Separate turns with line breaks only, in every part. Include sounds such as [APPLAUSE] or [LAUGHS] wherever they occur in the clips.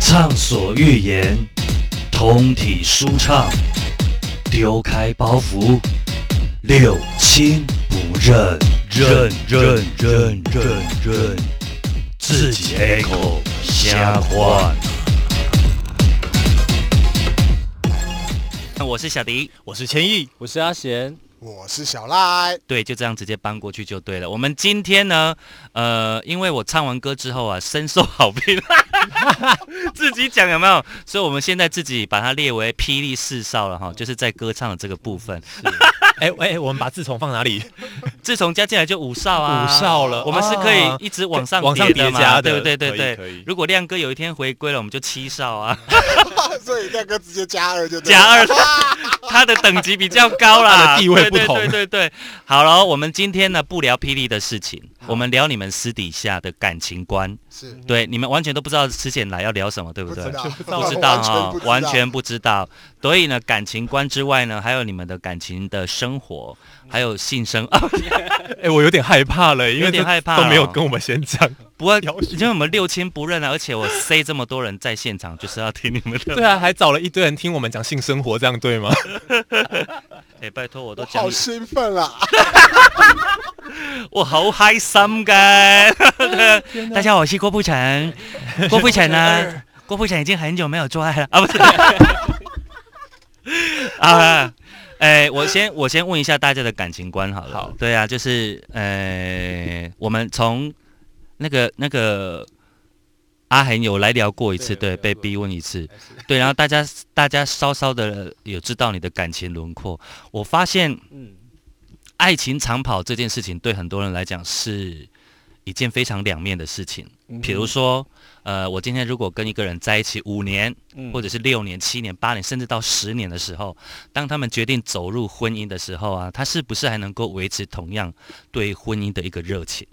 畅所欲言，通体舒畅，丢开包袱，六亲不认，认认认认认，自己 A 口瞎换。
我是小迪，
我是千亿，
我是阿贤。
我是
[LAUGHS]
小赖，
对，就这样直接搬过去就对了。我们今天呢，呃，因为我唱完歌之后啊，深受好评， [LAUGHS] 自己讲有没有？所以我们现在自己把它列为霹雳四少了哈，就是在歌唱的这个部分。
哎哎，我们把自从放哪里？
自从加进来就五少啊，
五少了
我们是可
啊
以一直往上
往上
的
叠
嘛，
加
对
的
不对？对
可以
对
可以。
如果亮哥有一天回归了，我们就七少啊，
所以亮哥直接加二就对了
加二，
[LAUGHS]
他的等级比较高啦，
他的地位不同
对对对对对好了，我们今天呢不聊霹雳的事情，我们聊你们私底下的感情观。
是
对，你们完全都不知道之前来要聊什么，对
嗯不
对
知？道，
不知道
完全
哈
不知，道
完全不知道。所以呢，感情观之外呢，还有你们的感情的生活，
嗯
还有性生 [LAUGHS] 啊，
哎，我有点害怕了，因为
有点
这
害怕
都没有
哦
跟我们先讲。
不过
了解
因为我们六亲不认啊，而且我塞这么多人在现场，就是要听你们的。
对啊，还找了一堆人听我们讲性生活，这样对吗？
哎，拜托，我都
我
讲
好，兴奋啊！
我好嗨心该。
哎
大家好，我是郭富城，郭富城
[LAUGHS]
呢，郭富城已经很久没有做爱了啊，不是啊。哎，我先我先问一下大家的感情观好了。
好
对啊，就是呃，我们从那个那个阿恒有来聊过一次，对，
对有
被
聊过
逼问一次，对，然后大家大家稍稍的有知道你的感情轮廓。我发现
嗯，
爱情长跑这件事情对很多人来讲是一件非常两面的事情。比如说，呃，我今天如果跟一个人在一起五年，
嗯，
或者是六年、七年、八年，甚至到十年的时候，当他们决定走入婚姻的时候啊，他是不是还能够维持同样对婚姻的一个热情？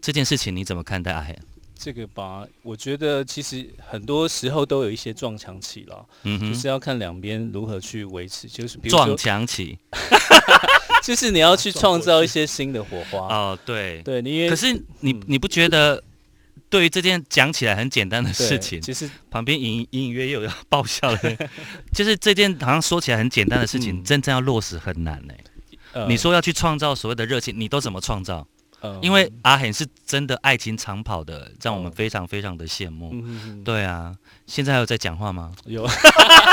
这件事情你怎么看待？阿黑？
这个吧，我觉得其实很多时候都有一些撞墙期了，
嗯
[LAUGHS] 就
哼，
是要看两边如何去维持，就是比如
撞
说，
墙起
就是你要去创造一些新的火花。
哦，对。
啊对，你也
可是你
嗯
你不觉得，对于这件讲起来很简单的
对
事情，
其实
旁边隐隐隐约又要爆笑了， [LAUGHS] 就是这件好像说起来很简单的事情，
嗯
真正要落实很难呢、欸
呃
你说要去创造所谓的热情，你都怎么创造？
呃
因为阿henn 是真的爱情长跑的，让我们
哦
非常非常的羡慕。
嗯哼哼
对啊，现在还有在讲话吗？
有， [LAUGHS]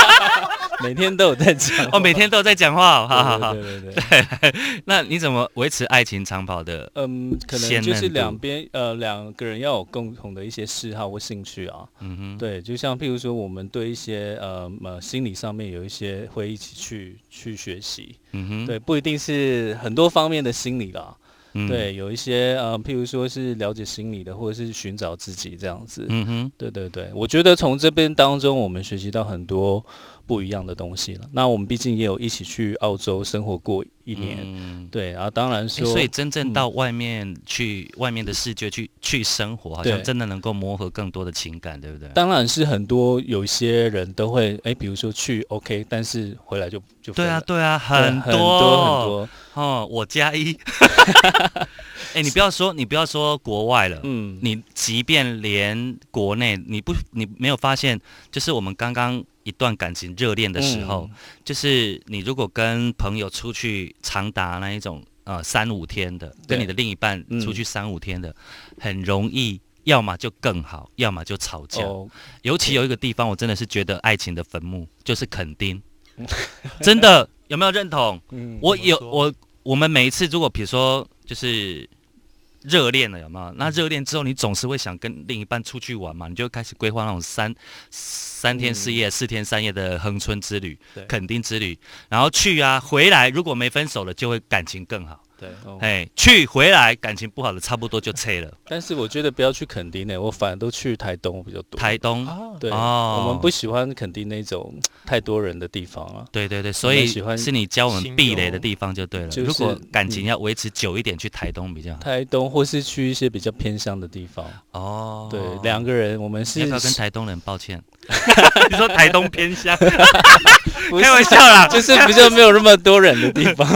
每天都有在讲。
[LAUGHS] 哦，每天都有在讲话哦，好 [LAUGHS] 好好
对。对对对对，
那你怎么维持爱情长跑的？
嗯，可
鲜
能就
嫩
是
度
两边呃两个人要有共同的一些嗜好或兴趣啊。
嗯哼，
对，就像譬如说，我们对一些呃呃心理上面有一些会一起去去学习，
嗯哼，
对，不一定是很多方面的心理啦，
嗯，
对，有一些呃譬如说是了解心理的，或者是寻找自己这样子，
嗯哼，
对对对，我觉得从这边当中我们学习到很多不一样的东西了。那我们毕竟也有一起去澳洲生活过一年，
嗯
对，然后当然
欸
说，
所以真正
嗯
到外面去，外面的世界去去生活，好像
对
真的能够磨合更多的情感，对不对？
当然是很多有一些人都会，哎，比如说去 OK，但是回来就就
对啊，
分了。
对啊，
对
很
很很
多
多，
哦，我加一。
[LAUGHS]
哎、你不要说，你不要说国外了，
嗯，
你即便连国内，你不，你没有发现，就是我们刚刚一段感情热恋的时候，
嗯
就是你如果跟朋友出去长达那一种呃三五天的，
对
跟你的另一半
嗯
出去三五天的，很容易。要么就更好，要么就吵架。
嗯哦，
尤其有一个地方，我真的是觉得爱情的坟墓就是垦
[LAUGHS]
丁，真的有没有认同？
嗯
我
怎么
有
说
我我们每一次如果比如说就是热恋了有没有？
嗯
那热恋之后你总是会想跟另一半出去玩嘛，你就开始规划那种三三天四夜、四天三夜的恒春之旅
嗯对、
垦丁之旅，然后去啊回来，如果没分手了就会感情更好。
对
哦
哎，去回来感情不好的差不多就撤了。
但是我觉得不要去垦丁呢，欸我反而都去台东比较多。
台东，
啊，
对，
哦
我们不喜欢垦丁那种太多人的地方啊。
对对对，所
我
以
们喜欢
是你教我们
新
避雷
游
的地方就对了。
就是
如果感情
嗯
要维持久一点，去台东比较好。
台东或是去一些比较偏乡的地方，
哦，
对，两个人我们是
要不要跟台东人抱歉？ [LAUGHS] 你说台东偏乡，
[LAUGHS] 不是
开玩笑啦。
[LAUGHS] 就是比较没有那么多人的
[LAUGHS]
地方，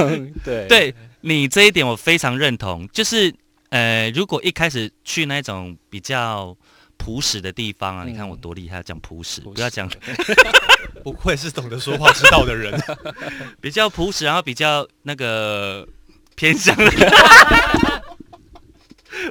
对，
对你这一点我非常认同，就是呃，如果一开始去那种比较朴实的地方啊，
嗯
你看我多厉害，讲朴实，
朴实
不要
[LAUGHS]
讲
不愧是懂得说话之道的人。
比较朴实，然后比较那个偏向
[LAUGHS]
的。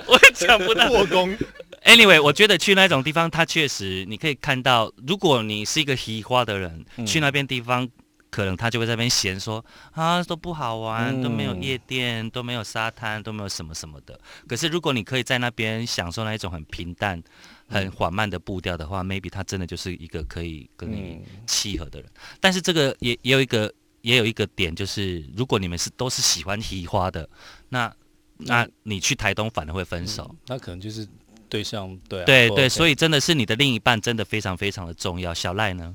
我也讲不到。
[LAUGHS] 破功，
Anyway，我觉得去那种地方，它确实你可以看到，如果你是一个喜花的人，
嗯
去那边地方，可能他就会在那边嫌说啊都不好玩，
嗯
都没有夜店，都没有沙滩，都没有什么什么的。可是如果你可以在那边享受那一种很平
嗯
淡、很缓慢的步调的话、m a y b e 他真的就是一个可以跟你
嗯
契合的人。但是这个也也有一个也有一个点，就是如果你们是都是喜欢喜花的，那
嗯
那你去台东反而会分手。
那可能就是对象对啊
哦
对对，
以
所以真的是你的另一半真的非常非常的重要。小赖呢，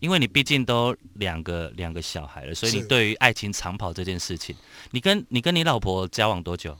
因为你毕竟都两个两个小孩了，所以你
是
对于爱情长跑这件事情，你跟你跟你老婆交往多久？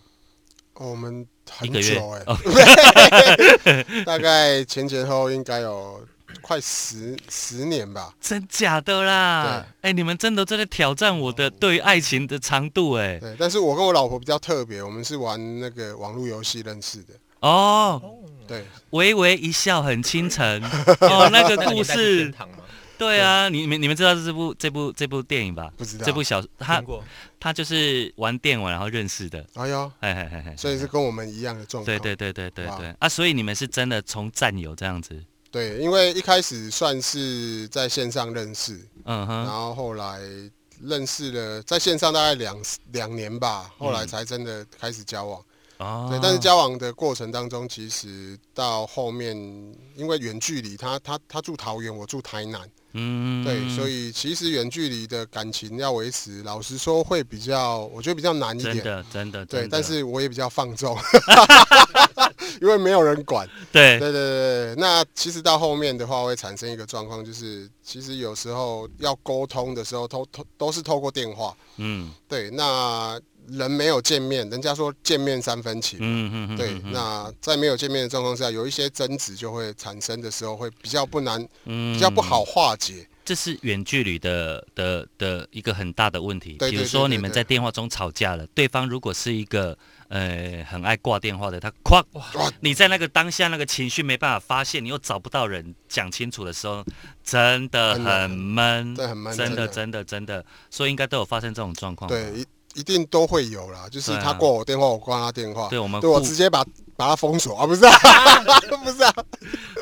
哦我们很
一个月 [LAUGHS]
久哎、
哦
大概前前后后应该有快十十年吧。
真假的啦？哎，你们真的正在挑战我的对于爱情的长度哎、
哦对，但是我跟我老婆比较特别，我们是玩那个网络游戏认识的。
哦，
对，
微微一笑很倾
[LAUGHS]
城哦，那个
啊
故事，
堂吗？
对啊，你们你们知道这部这部这部电影吧？
不知道
这部小他
听过，
他就是玩电玩然后认识的，
哎呦，
嘿嘿嘿嘿。
所以是跟我们一样的状况。
对对对对对
哇
对啊！所以你们是真的从战友这样子，
对，因为一开始算是在线上认识，
嗯
然
哼，
后后来认识了，在线上大概两两年吧，
嗯
后来才真的开始交往。
哦，
对，但是交往的过程当中，其实到后面因为远距离，他他他住桃园，我住台南，
嗯
对，所以其实远距离的感情要维持，老实说会比较，我觉得比较难一
真
点。
的真的真的
对，但是我也比较放
[LAUGHS]
纵， [LAUGHS] 因为没有人管。
对
对对对对，那其实到后面的话会产生一个状况，就是其实有时候要沟通的时候，都都都是透过电话。
嗯
对，那人没有见面，人家说见面三分情。
嗯嗯嗯，
对，那在没有见面的状况下，有一些争执就会产生的时候，会比较不难，比
比
较不好，化解。
嗯这是远距离的的的一个很大的问题。
对对
比如说
对对
你们
对
在电话中吵架了，对方如果是一个呃很爱挂电话的，他哐
哇
你在那个当下那个情绪没办法发泄，你又找不到人讲清楚的时候，真的很
很难
闷，
对很闷
真的
真的
真的真的，所以应该都有发生这种状况吧。
对，一一定都会有啦，就是
对啊
他挂我电话，我挂他电话，
对我们
对我
互
直接把把他封锁啊，不是啊， [LAUGHS] 不是啊，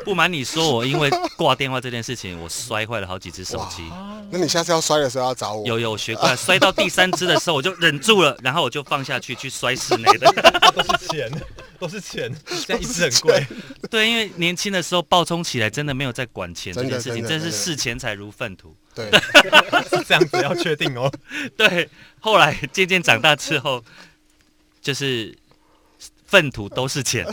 不瞒你说，我因为挂电话这件事情，我摔坏了好几只手机。
那你下次要摔的时候要找我。
有有学过来，摔到第三只的时候我就忍住了，然后我就放下去去摔室内的。
[LAUGHS]
啊都是钱， [LAUGHS] 都是钱，现在一只很贵。
对，因为年轻的时候暴冲起来，真的没有在管钱这
真的
件事情，真
真的
是
真的
视钱财如粪土。 [LAUGHS]
对，
是这样子要确定哦。
对，后来渐渐长大之后，就是粪土都是
[LAUGHS]
钱。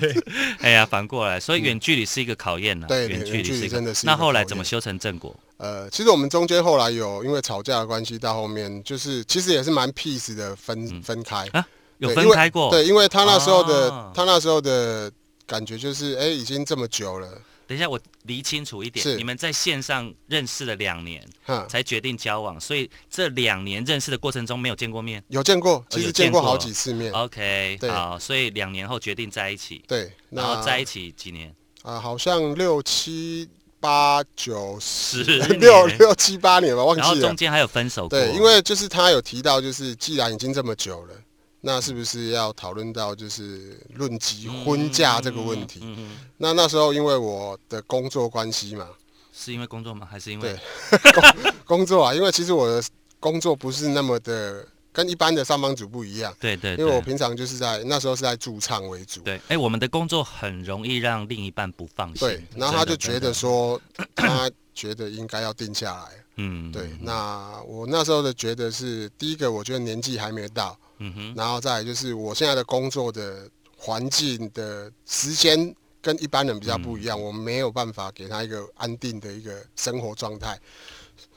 对，哎呀，反过来，所以远距离是一个考验呢。
对
远
远
距离
距离
是一个
真的是一个
那后来
考
怎么
验
修成正果？
呃，其实我们中间后来有因为吵架的关系，到后面就是其实也是蛮 peace 的分分开，
嗯啊有
对
分
因为
开过？
对，因为他那时候的、
啊
他那时候的感觉就是，哎、已经这么久了，
等一下，我理清楚一点，
是嗯
你们在线上认识了两年，
哈，
才决定交往，所以这两年认识的过程中没有见过面。
有见过，其
有
实
见
见过
过啊
好几次面，
OK，
对
好，所以两年后决定在一起，
对，那
然后在一起几年？
啊、好像六七八九十
十
六
年
六七八年吧，忘
然后
记了
中。间还有分手过。
对，因为就是他有提到，就是既然已经这么久了，那是不是要讨论到就是论及婚嫁这个问题？
嗯嗯嗯嗯
那那时候因为我的工作关系嘛，
是因为工作吗？还是因为
对工作啊，因为其实我的工作不是那么的跟一般的上班族不一样，
对对
因为我
对
平常就是在那时候是在驻唱为主，
对，哎，我们的工作很容易让另一半不放心
对，。然后他就
真
觉
的
得，说，他觉得应该要定下来。
真的嗯，
对
嗯，
那我那时候的觉得是，第一个我觉得年纪还没到，
嗯哼，
然后再来就是我现在的工作的环境的时间。跟一般人比较不
嗯
一样，我没有办法给他一个安定的一个生活状态，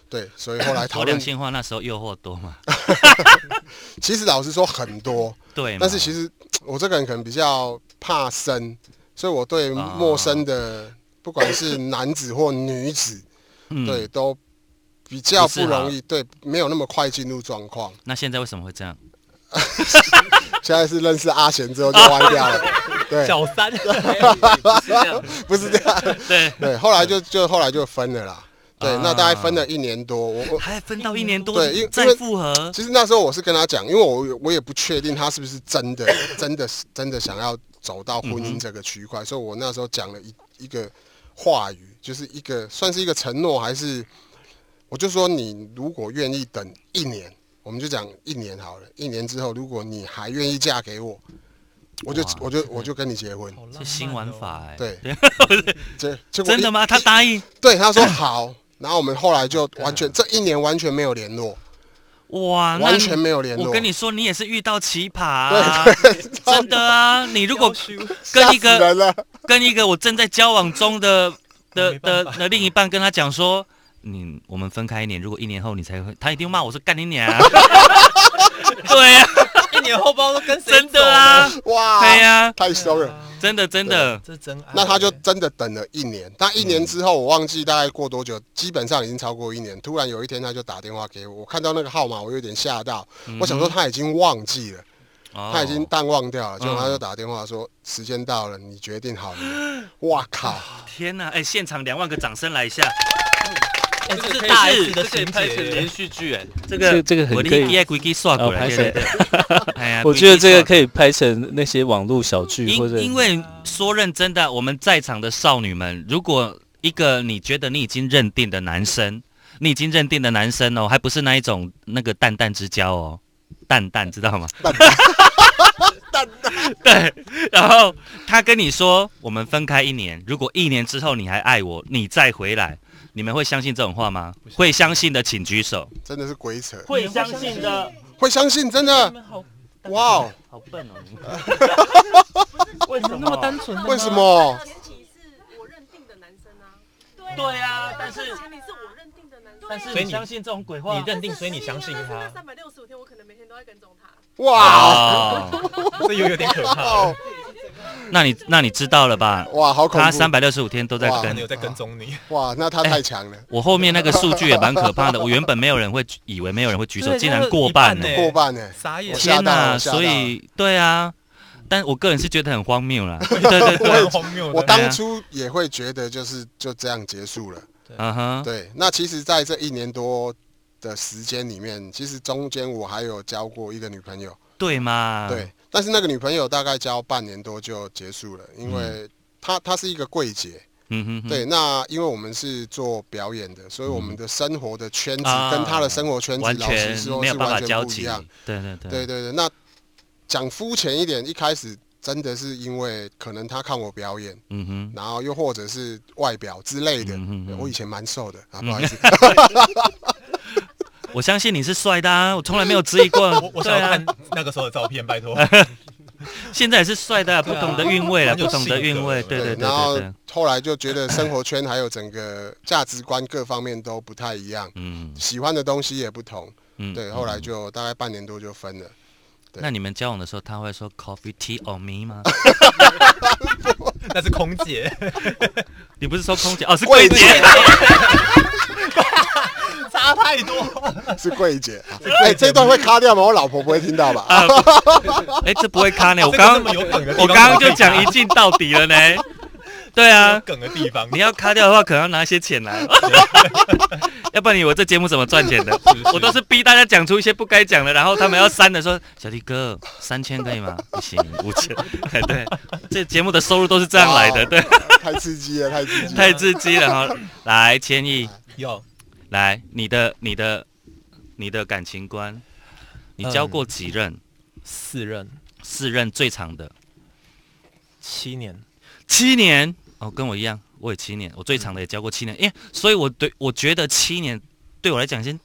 对，所以后
[LAUGHS]
来讨
好
论
良，心话，那时候诱惑多
[LAUGHS]
嘛？
其实老实说很多，
对嘛，
但是其实我这个人可能比较怕生，所以我对
啊
陌生的，不管是男子或女子，
嗯
对，都比较
不是
不
啊
容易，对，没有那么快进入状况。
那现在为什么会这样？ [LAUGHS]
现在是认识阿贤之后就歪掉了，对，
小三，
不是这样，
不是这样，
[LAUGHS] 对，
[LAUGHS] 对，后来就就后来就分了啦。对，那大概分
啊
了一年多，我我
还分到一年多
对因为
再
因为
复合，
其实那时候我是跟他讲，因为我我也不确定他是不是真
[LAUGHS]
的真的是真的想要走到婚姻这个区
嗯
块，所以我那时候讲了一一个话语，就是一个算是一个承诺，还是我就说你如果愿意等一年，我们就讲一年好了，一年之后如果你还愿意嫁给我，我就
哇
我就我就跟你结婚。
好浪漫
这
哦
新玩，法哎，
对，结结果
真的
一
吗？他答应，
对他说好，然后我们后来就完全这一年完全没有联络，
哇，那
完全没有联络。
我跟你说，你也是遇到奇葩、啊， [LAUGHS] 真的啊！你如果
要修
跟一
吓死
个
人了，
跟一个我正在交往中
[LAUGHS]
的的
没
的
办法
的另一半跟他讲说，你我们分开一年，如果一年后你才会，他一定骂我说干你娘、
[LAUGHS]
啊。对呀、啊，
一年后不知道都跟谁
真的啊，
哇，
对啊呀、
太
走
凶
了，
了。
真的真的，
这真爱。
那他就真的等了一年，但一年之后我忘记大概过多久，基本上已经超过一年。突然有一天他就打电话给我，我看到那个号码我有点吓到，
嗯
我想说他已经忘记了，
哦
他已经淡忘掉了。结果
嗯
他就打电话说时间到了，你决定好了没。
哦
哇靠！
天哪、哎、现场两万个掌声来一下，
哎这
是大
是大
日
日的情节，
续剧哎，这
这
个
这个很
我
可以
第一鬼给刷过
哦
来，
拍
对
摄
对对，哎呀
[LAUGHS] 我觉得这个
以。
可以拍成那些网络小剧，或者
因因为说认真的，我们在场的少女们，如果一个你觉得你已经认定的男生，你已经认定的男生哦，还不是那一种那个淡淡之交哦，淡淡知道吗？
蛋蛋
[LAUGHS] 然后他跟你说我们分开一年，如果一年之后你还爱我，你再回来，你们会相信这种话吗？会相信的请举手。
真的是鬼扯，
会相信的，
会相信真的？哇哦，
好笨哦！为什么那么单纯？
为什么？
前提是我认定的男生啊。
对啊但是
前提是我认定的男生。
但是
所以
你
你
相信这种鬼话？
你认定，所以你相信他，
三百六十五天，我可能每天都在跟踪他。
哇
哇！
这又有点可怕。
哦
哦那你那你知道了吧？
哇，好恐
他三
怖！
百六十五天都在
哇
可能
跟
有在跟踪你，
哇，那他太强了，
我后面那个数据也蛮可怕的。我原本没有人会举以为没有人会举手，竟然过半呢、
对
过半
哎
呢。
傻眼
我。吓
天
到了
哪！
我吓到
所
了
以对啊，但我个人是觉得很荒谬啦。对对
对
对
啊，，荒谬的。
我当初也会觉得就是就这样结束了。
嗯哼，
[LAUGHS] 对，那其实，在这一年多的时间里面，其实中间我还有交过一个女朋友，
对嘛？
对，但是那个女朋友大概交半年多就结束了，因为她她是一个柜姐，
嗯哼哼，
对，那因为我们是做表演的，所以我们的生活的圈子
啊
跟她的生活圈子，
完
老实
全
说
没有
是
办法
完全
交
不一
集
样。。
对对对，
对对对，那讲肤浅一点，一开始真的是因为可能她看我表演，
嗯哼，
然后又或者是外表之类的，
嗯哼
对
哼嗯
我以前蛮瘦的啊，不好意思，
我相信你是帅的，啊，我从来没有质疑
[LAUGHS]
过。
我我
对
想要
啊
看，那个时候的照片，拜托。
现在也是帅的啊，不
对啊
同的韵味了，
完全
不同的韵味。
性格
对对对
然后
对对，
后来就觉得生活圈还有整个价值观各方面都不太一样，
嗯
喜欢的东西也不同，
嗯，
对，
嗯
后来就大概半年多就分了。对
那你们交往的时候，他会说 coffee tea or me 吗？ [LAUGHS]
那是空姐，
你不是说空姐哦，是
柜
柜姐。
差太多。
是桂姐，啊哎，这段会卡掉吗？我老婆不会听到吧？啊
哎，这不会卡呢，我
这个
刚
那么有梗的地方，
我刚刚就讲一镜到底了呢。对
有
啊，
梗的地方，
你要卡掉的话，可能要拿一些钱来，哦 [LAUGHS] 要不然你我这节目怎么赚钱的？
是
我都是逼大家讲出一些不该讲的，然后他们要删的说，小弟哥三千可以吗？不行，五千。 [LAUGHS] 哎，对，这节目的收入都是这样来的，对，
太刺激了，太刺激了。
太刺激了哈。来，千亿，
有
来，你的你的你的感情观，你
嗯
交过几任？
四任
四任最长的。
七年，
七年哦，跟我一样，我也七年，我最长的也交过七年，哎、所以我对我觉得七年对我来讲先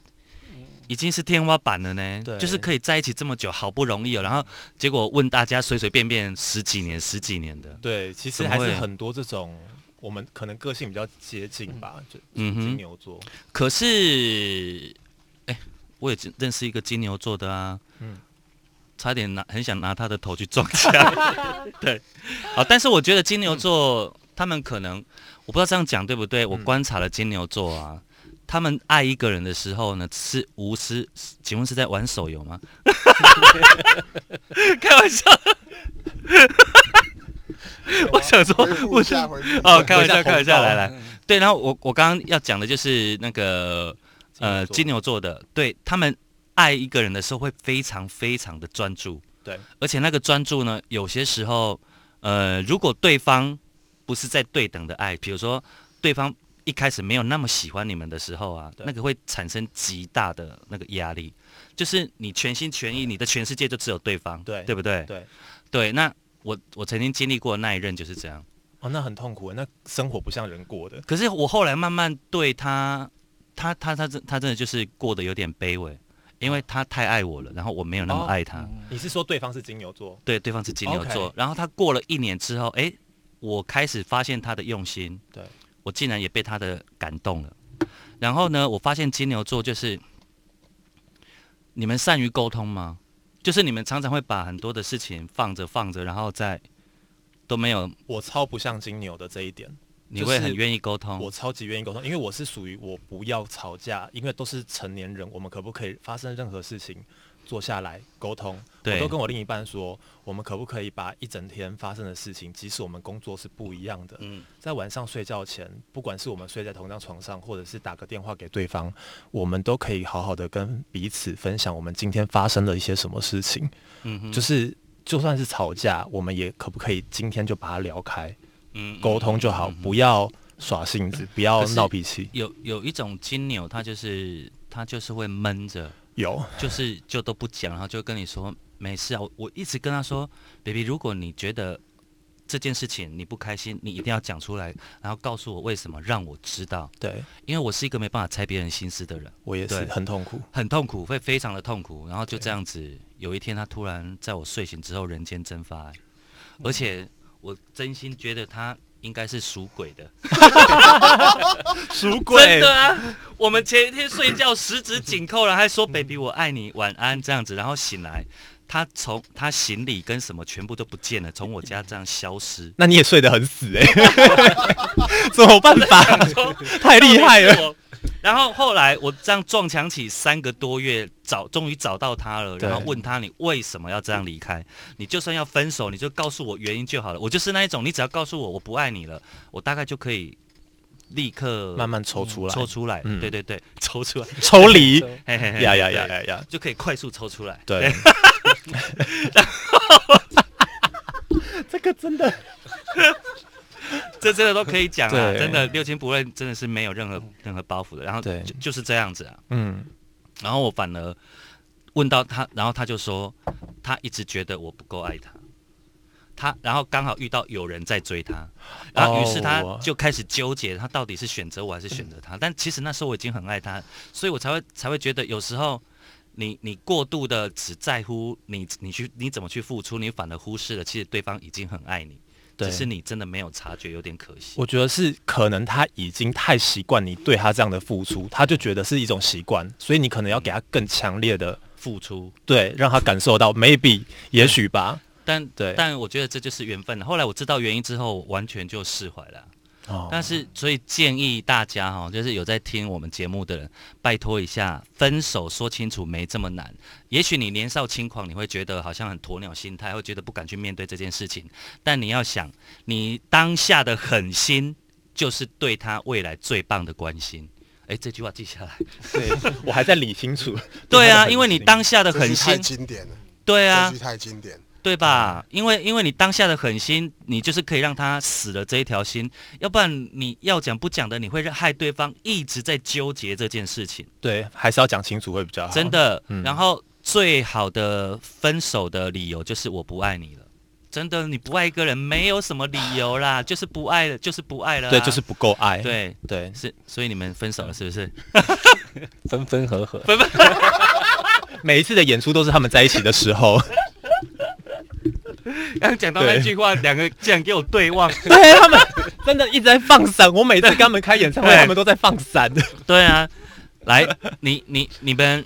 已经是天花板了呢，
对
就是可以在一起这么久，好不容易哦，然后结果问大家随随便便十几年、十几年的，
对，其
怎
实
么
还是
会
很多这种。我们可能个性比较接近吧，就
嗯哼
金牛座，
可是哎、我也认识一个金牛座的啊，嗯
嗯。
差点拿，很想拿他的头去撞墙， [LAUGHS] 对，好，但是我觉得金牛座、他们可能，我不知道这样讲对不对，我
嗯
观察了金牛座啊，他们爱一个人的时候呢，是无私。请问是在玩手
[LAUGHS] 啊
游吗？开玩笑。想说
回
[LAUGHS]
复
我
一下，回复一
[LAUGHS] 哦，
下。
开玩笑，开玩笑，
回到
来来，对，然后我我刚刚要讲的就是那个呃金牛座的，对他们爱一个人的时候会非常非常的专注，
对，
而且那个专注呢，有些时候呃，如果对方不是在对等的爱，比如说对方一开始没有那么喜欢你们的时候啊，
对
那个会产生极大的那个压力，就是你全心全意，你的全世界就只有对方，
对
对不对？
对
对，那我我曾经经历过的那一任就是这样。
哦，那很痛苦，那生活不像人过的。
可是我后来慢慢对他，他他他真他真的就是过得有点卑微，因
哦
为他太爱我了，然后我没有那么爱他。
你是说对方是金牛座？
对，对方是金牛座
哦 OK
然后他过了一年之后，哎，我开始发现他的用心，
对
我竟然也被他的感动了。然后呢，我发现金牛座就是你们善于沟通吗？就是你们常常会把很多的事情放着放着，然后再都没有，
我超不像金牛的这一点，
你会
就是
很愿意沟通。
我超级愿意沟通，因为我是属于我不要吵架，因为都是成年人，我们可不可以发生任何事情坐下来沟通？
对
我都跟我另一半说，我们可不可以把一整天发生的事情，即使我们工作是不一样的，
嗯
在晚上睡觉前，不管是我们睡在同张床上，或者是打个电话给对方，我们都可以好好的跟彼此分享我们今天发生了一些什么事情。
嗯哼，
就是就算是吵架，我们也可不可以今天就把它聊开，
嗯
沟通就好，不要耍性子，不要
可是
闹脾气。
有有一种金牛，他就是他就是会闷着，
有
就是就都不讲，然后就跟你说没事啊。我我一直跟他说，baby，如果你觉得这件事情你不开心，你一定要讲出来，然后告诉我为什么，让我知道，
对
因为我是一个没办法猜别人心思的人，
我也是
对
很痛苦。
很痛苦，会非常的痛苦。然后就
对
这样子，有一天他突然在我睡醒之后人间蒸发、哎而且我真心觉得他应该是属鬼的。
出。
真的啊！我们前一天睡觉十指紧扣，然后还说 “baby 我爱你，晚安”这样子，然后醒来，他从他行李跟什么全部都不见了，从我家这样消失
那你也睡得很死哎、 [LAUGHS] 怎么办法？太厉害了！
了！然后后来我这样撞墙起三个多月，找终于找到他了，
对
然后问他你为什么要这样离开？你就算要分手，你就告诉我原因就好了。我就是那一种，你只要告诉我我不爱你了，我大概就可以立刻
慢慢抽出来，
抽出 [LAUGHS] 来。
嗯
对对对，抽出来。
抽 [LAUGHS] 离，
嘿嘿嘿
呀呀呀
对
呀呀！
就可以快速抽出来。
对，这个真的
这真的都可以讲啊，
对
真的六亲不认真的是没有任何任何包袱的。然后
对
就就是这样子啊。
[LAUGHS] 嗯，
然后我反而问到他，然后他就说他一直觉得我不够爱他。他然后刚好遇到有人在追他，然后于是他
哦
就开始纠结，他到底是选择我还是选择
嗯
他？但其实那时候我已经很爱他，所以我才会才会觉得有时候你你过度的只在乎你你去你怎么去付出，你反而忽视了其实对方已经很爱你，
对
只是你真的没有察觉，有点可惜。
我觉得是可能他已经太习惯你对他这样的付出，他就觉得是一种习惯，所以你可能要给他更强烈的
付出，
对，让他感受到 maybe 也许吧。
但
对
但我觉得这就是缘分。后来我知道原因之后，我完全就释怀了。
哦，
但是，所以建议大家哈、就是有在听我们节目的人，拜托一下，分手说清楚没这么难。也许你年少轻狂，你会觉得好像很鸵鸟心态，会觉得不敢去面对这件事情。但你要想，你当下的狠心，就是对他未来最棒的关心。哎，这句话记下来。
对我还在理清楚。
对
他
[LAUGHS]
的
啊，
狠
因为你
心
当下的
这
狠
句太
心，
经典了，
对啊
这句，太经典。
对吧？因为因为你当下的狠心，你就是可以让他死了这一条心，要不然你要讲不讲的，你会让害对方一直在纠结这件事情，
对，还是要讲清楚会比较好。
真，的。
嗯
然后最好的分手的理由就是我不爱你了，真的，你不爱一个人没有什么理由啦， [SIGHS] 就是不爱了，就是不爱了啊、
对，就是不够爱。
对，
对，
是，所以你们分手了是不是？
分分合合，
每一次的演出都是他们在一起的时候。
[LAUGHS] 刚讲到
对
那句话，两个竟然给我对望，
对他们真的一直在放闪，我每次跟他们开演唱会，
对
他们都在放闪。
对啊，来，你你你们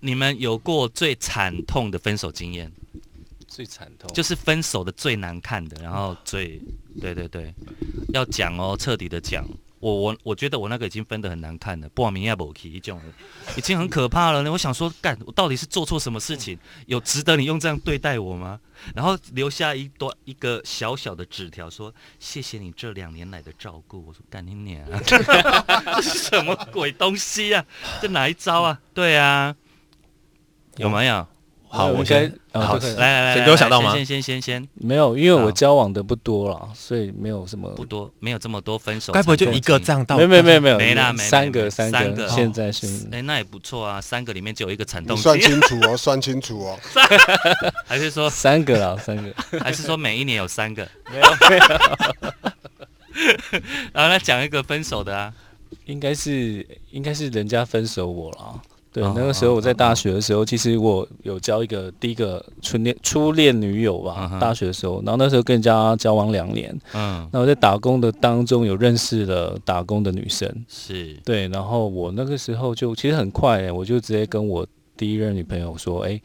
你们有过最惨痛的分手经验？
最惨痛
就是分手的最难看的，然后最对对对，要讲哦，彻底的讲。我我我觉得我那个已经分得很难看了，不明亚不奇一种，已经很可怕了呢。我想说，干，我到底是做错什么事情？有值得你用这样对待我吗？然后留下一段一个小小的纸条说，谢谢你这两年来的照顾。我说干你娘、啊，这是什么鬼东西啊？这哪一招啊？对啊，有没有？
好，
那
我
应该
先
啊
好
都可以
来来来，
谁
来
都想到
来
吗
先先先先，
没有，因为
好
我交往的不多了，所以没有什么
不多，没有这么多分手。
该不会就一个这？样到？
没有没有没有没有
没啦没
三
没
个
没
三
三个
现在是
哎、那也不错啊，三个里面就有一个惨
你
痛
算
期，
清楚哦， [LAUGHS] 算清楚哦。
[LAUGHS] 还是
[LAUGHS]
说
三个啦，三个
还是说每一年有三个？
没有没
[LAUGHS]
有，
然后来讲一个分手的啊，
应该是应该是人家分手我了。对，
哦
那个时候我在大学的时候，其实我有交一个第一个初恋初恋女友
嗯
吧
哼，
大学的时候，然后那时候跟人家交往两年，
嗯，
那我在打工的当中有认识了打工的女生，
是，
对，然后我那个时候就其实很快、我就直接跟我第一任女朋友说，哎、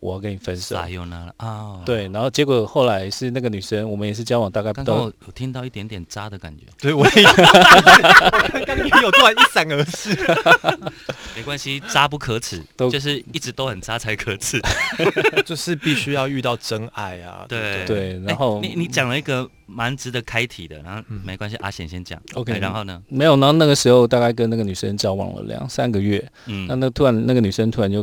我要跟你分手。
撒又那了啊，，
对，然后结果后来是那个女生，我们也是交往大概不
刚
到
刚我有听到一点点渣的感觉，
对，我 [LAUGHS] 也我刚刚也有突然一闪而逝。
没关系，渣不可耻，
都
就是一直都很渣才可耻。
[LAUGHS] 就是必须要遇到真爱啊！
对
不
对，
哎
[LAUGHS] 然后、嗯
你你讲了一个蛮值得开题的，然后没关系，阿显先讲
OK
哎然后呢，
没有，然后那个时候大概跟那个女生交往了两三个月，
嗯
那，那突然那个女生突然就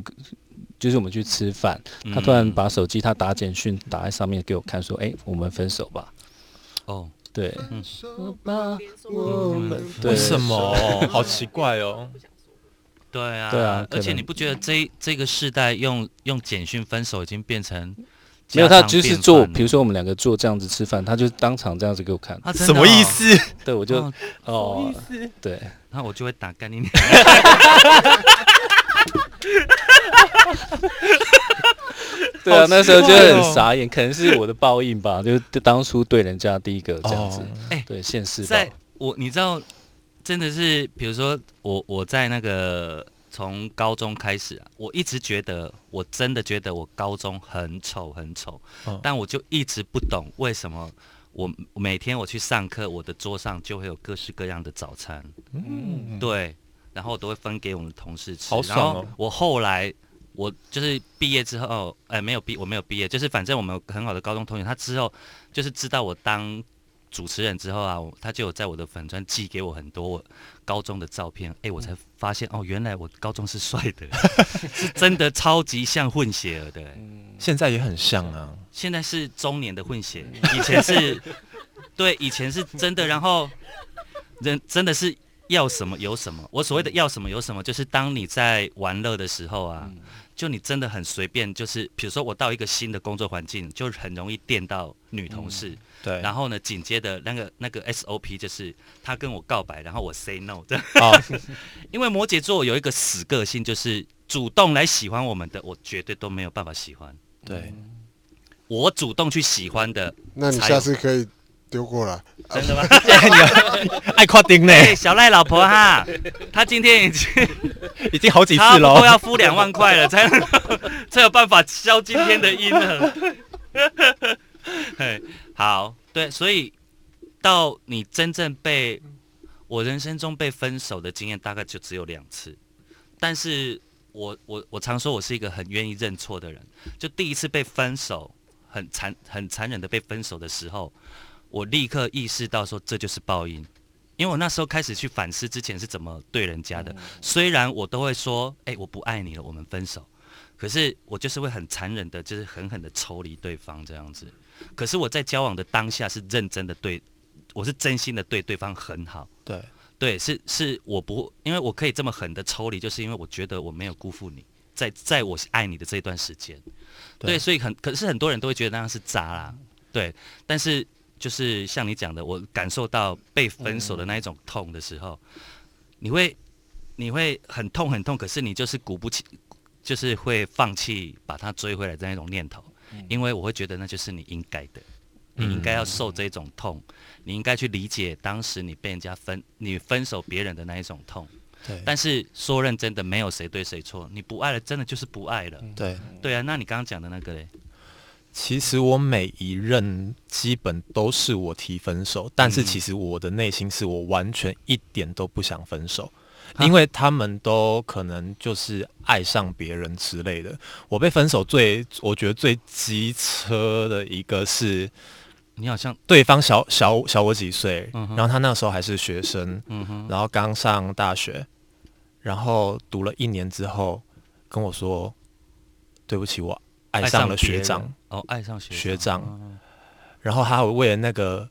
就是我们去吃饭，她突然
嗯
把手机她打简讯打在上面给我看，说，哎、我们分手吧。
哦，
对，
连说
我们
对啊为
对
什么？好奇怪哦！
对啊，
对啊
而且
可能
你不觉得这这个世代用用简讯分手已经变成
没有，
家
她
常
就是
便
做，
饭了
比如说我们两个做这样子吃饭，她就当场这样子给我看，
啊，真的
什么
哦
意？思？
对我就
哦
哦，
[LAUGHS]
对，
然后我就会打干你
[LAUGHS]
娘。
对啊，那时候就
奇怪
很
哦
傻眼，可能是我的报应吧， [LAUGHS] 就是当初对人家第一个这样子
哦，
哎
对，现世报。
在我你知道，真的是，比如说我我在那个从高中开始啊，我一直觉得，我真的觉得我高中很丑很丑，
嗯
但我就一直不懂为什么。我每天我去上课，我的桌上就会有各式各样的早餐，
嗯，
对，然后我都会分给我们的同事吃。
好爽
然
哦
后我后来我就是毕业之后，哎、没有毕，我没有毕业，就是反正我们有很好的高中同学，他之后就是知道我当主持人之后啊，我他就有在我的粉专寄给我很多我高中的照片，哎、我才发现哦，原来我高中是帅
[LAUGHS]
的，是真的超级像混血儿的、
现在也很像啊。
现在是中年的混血，以前是， [LAUGHS] 对，以前是真的，然后人真的是要什么有什么。我所谓的要什么有什么，就是当你在玩乐的时候啊，就你真的很随便，就是比如说我到一个新的工作环境，就很容易电到女同事，
对，
然后呢，紧接着那个那个 SOP 就是她跟我告白，然后我 say no 这样。
哦，
[LAUGHS] 因为摩羯座有一个死个性，就是主动来喜欢我们的，我绝对都没有办法喜欢。
对，
我主动去喜欢的，
那你下次可以丢过来。
真的吗？
爱夸丁呢，
哎，小赖老婆哈，她今天已经
已经好几
差
次
不多
了。
要付两万块了，才能才有办法消今天的音了。 [LAUGHS] 嘿好，对，所以到你真正被我人生中被分手的经验，大概就只有两次。但是我我我常说我是一个很愿意认错的人，就第一次被分手，很残很残忍的被分手的时候，我立刻意识到说这就是报应，因为我那时候开始去反思之前是怎么对人家的，虽然我都会说，哎、我不爱你了，我们分手，可是我就是会很残忍的，就是狠狠的抽离对方这样子。可是我在交往的当下是认真的对，我是真心的对对方很好，
对，
对，是是我不，因为我可以这么狠的抽离，就是因为我觉得我没有辜负你，在在我爱你的这一段时间，对，
对
所以很可是很多人都会觉得那样是渣啦，对，但是就是像你讲的，我感受到被分手的那一种痛的时候，你会你会很痛很痛，可是你就是鼓不起，就是会放弃把它追回来的那种念头，因为我会觉得那就是你应该的，你应该要受这种痛，你应该去理解当时你被人家分，你分手别人的那一种痛。
对，
但是说认真的，没
嗯
有谁对谁错，你不爱了，真的就是不爱了。
对，
对啊，那你刚刚讲的那个嘞，
其实我每一任基本都是我提分手，但是
嗯
其实我的内心是我完全一点都不想分手，因为他们都可能就是爱上别人之类的。我被分手最，我觉得最机车的一个是
你好像
对方小小小我几岁，
嗯哼
然后他那时候还是学生，
嗯哼，
然后刚上大学，然后读了一年之后跟我说：“对不起，我爱上了学
爱上别
长。
人哦，爱上学
学长
嗯
然后他还为了那个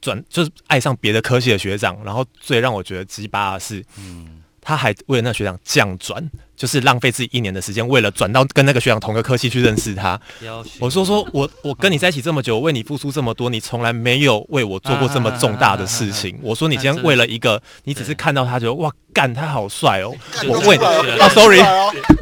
转，就是爱上别的科系的学长。然后最让我觉得鸡巴的是，
嗯，
他还为了那个学长降转，就是浪费自己一年的时间，为了转到跟那个学长同个科系去认识他。
要
我说说我我跟你在一起这么久，为你付出这么多，你从来没有为我做过这么重大的
[LAUGHS]
事情。我说你今天为了一个，你只是看到他觉得哇干他好帅哦，我
就是
为你
出来了
啊，sorry，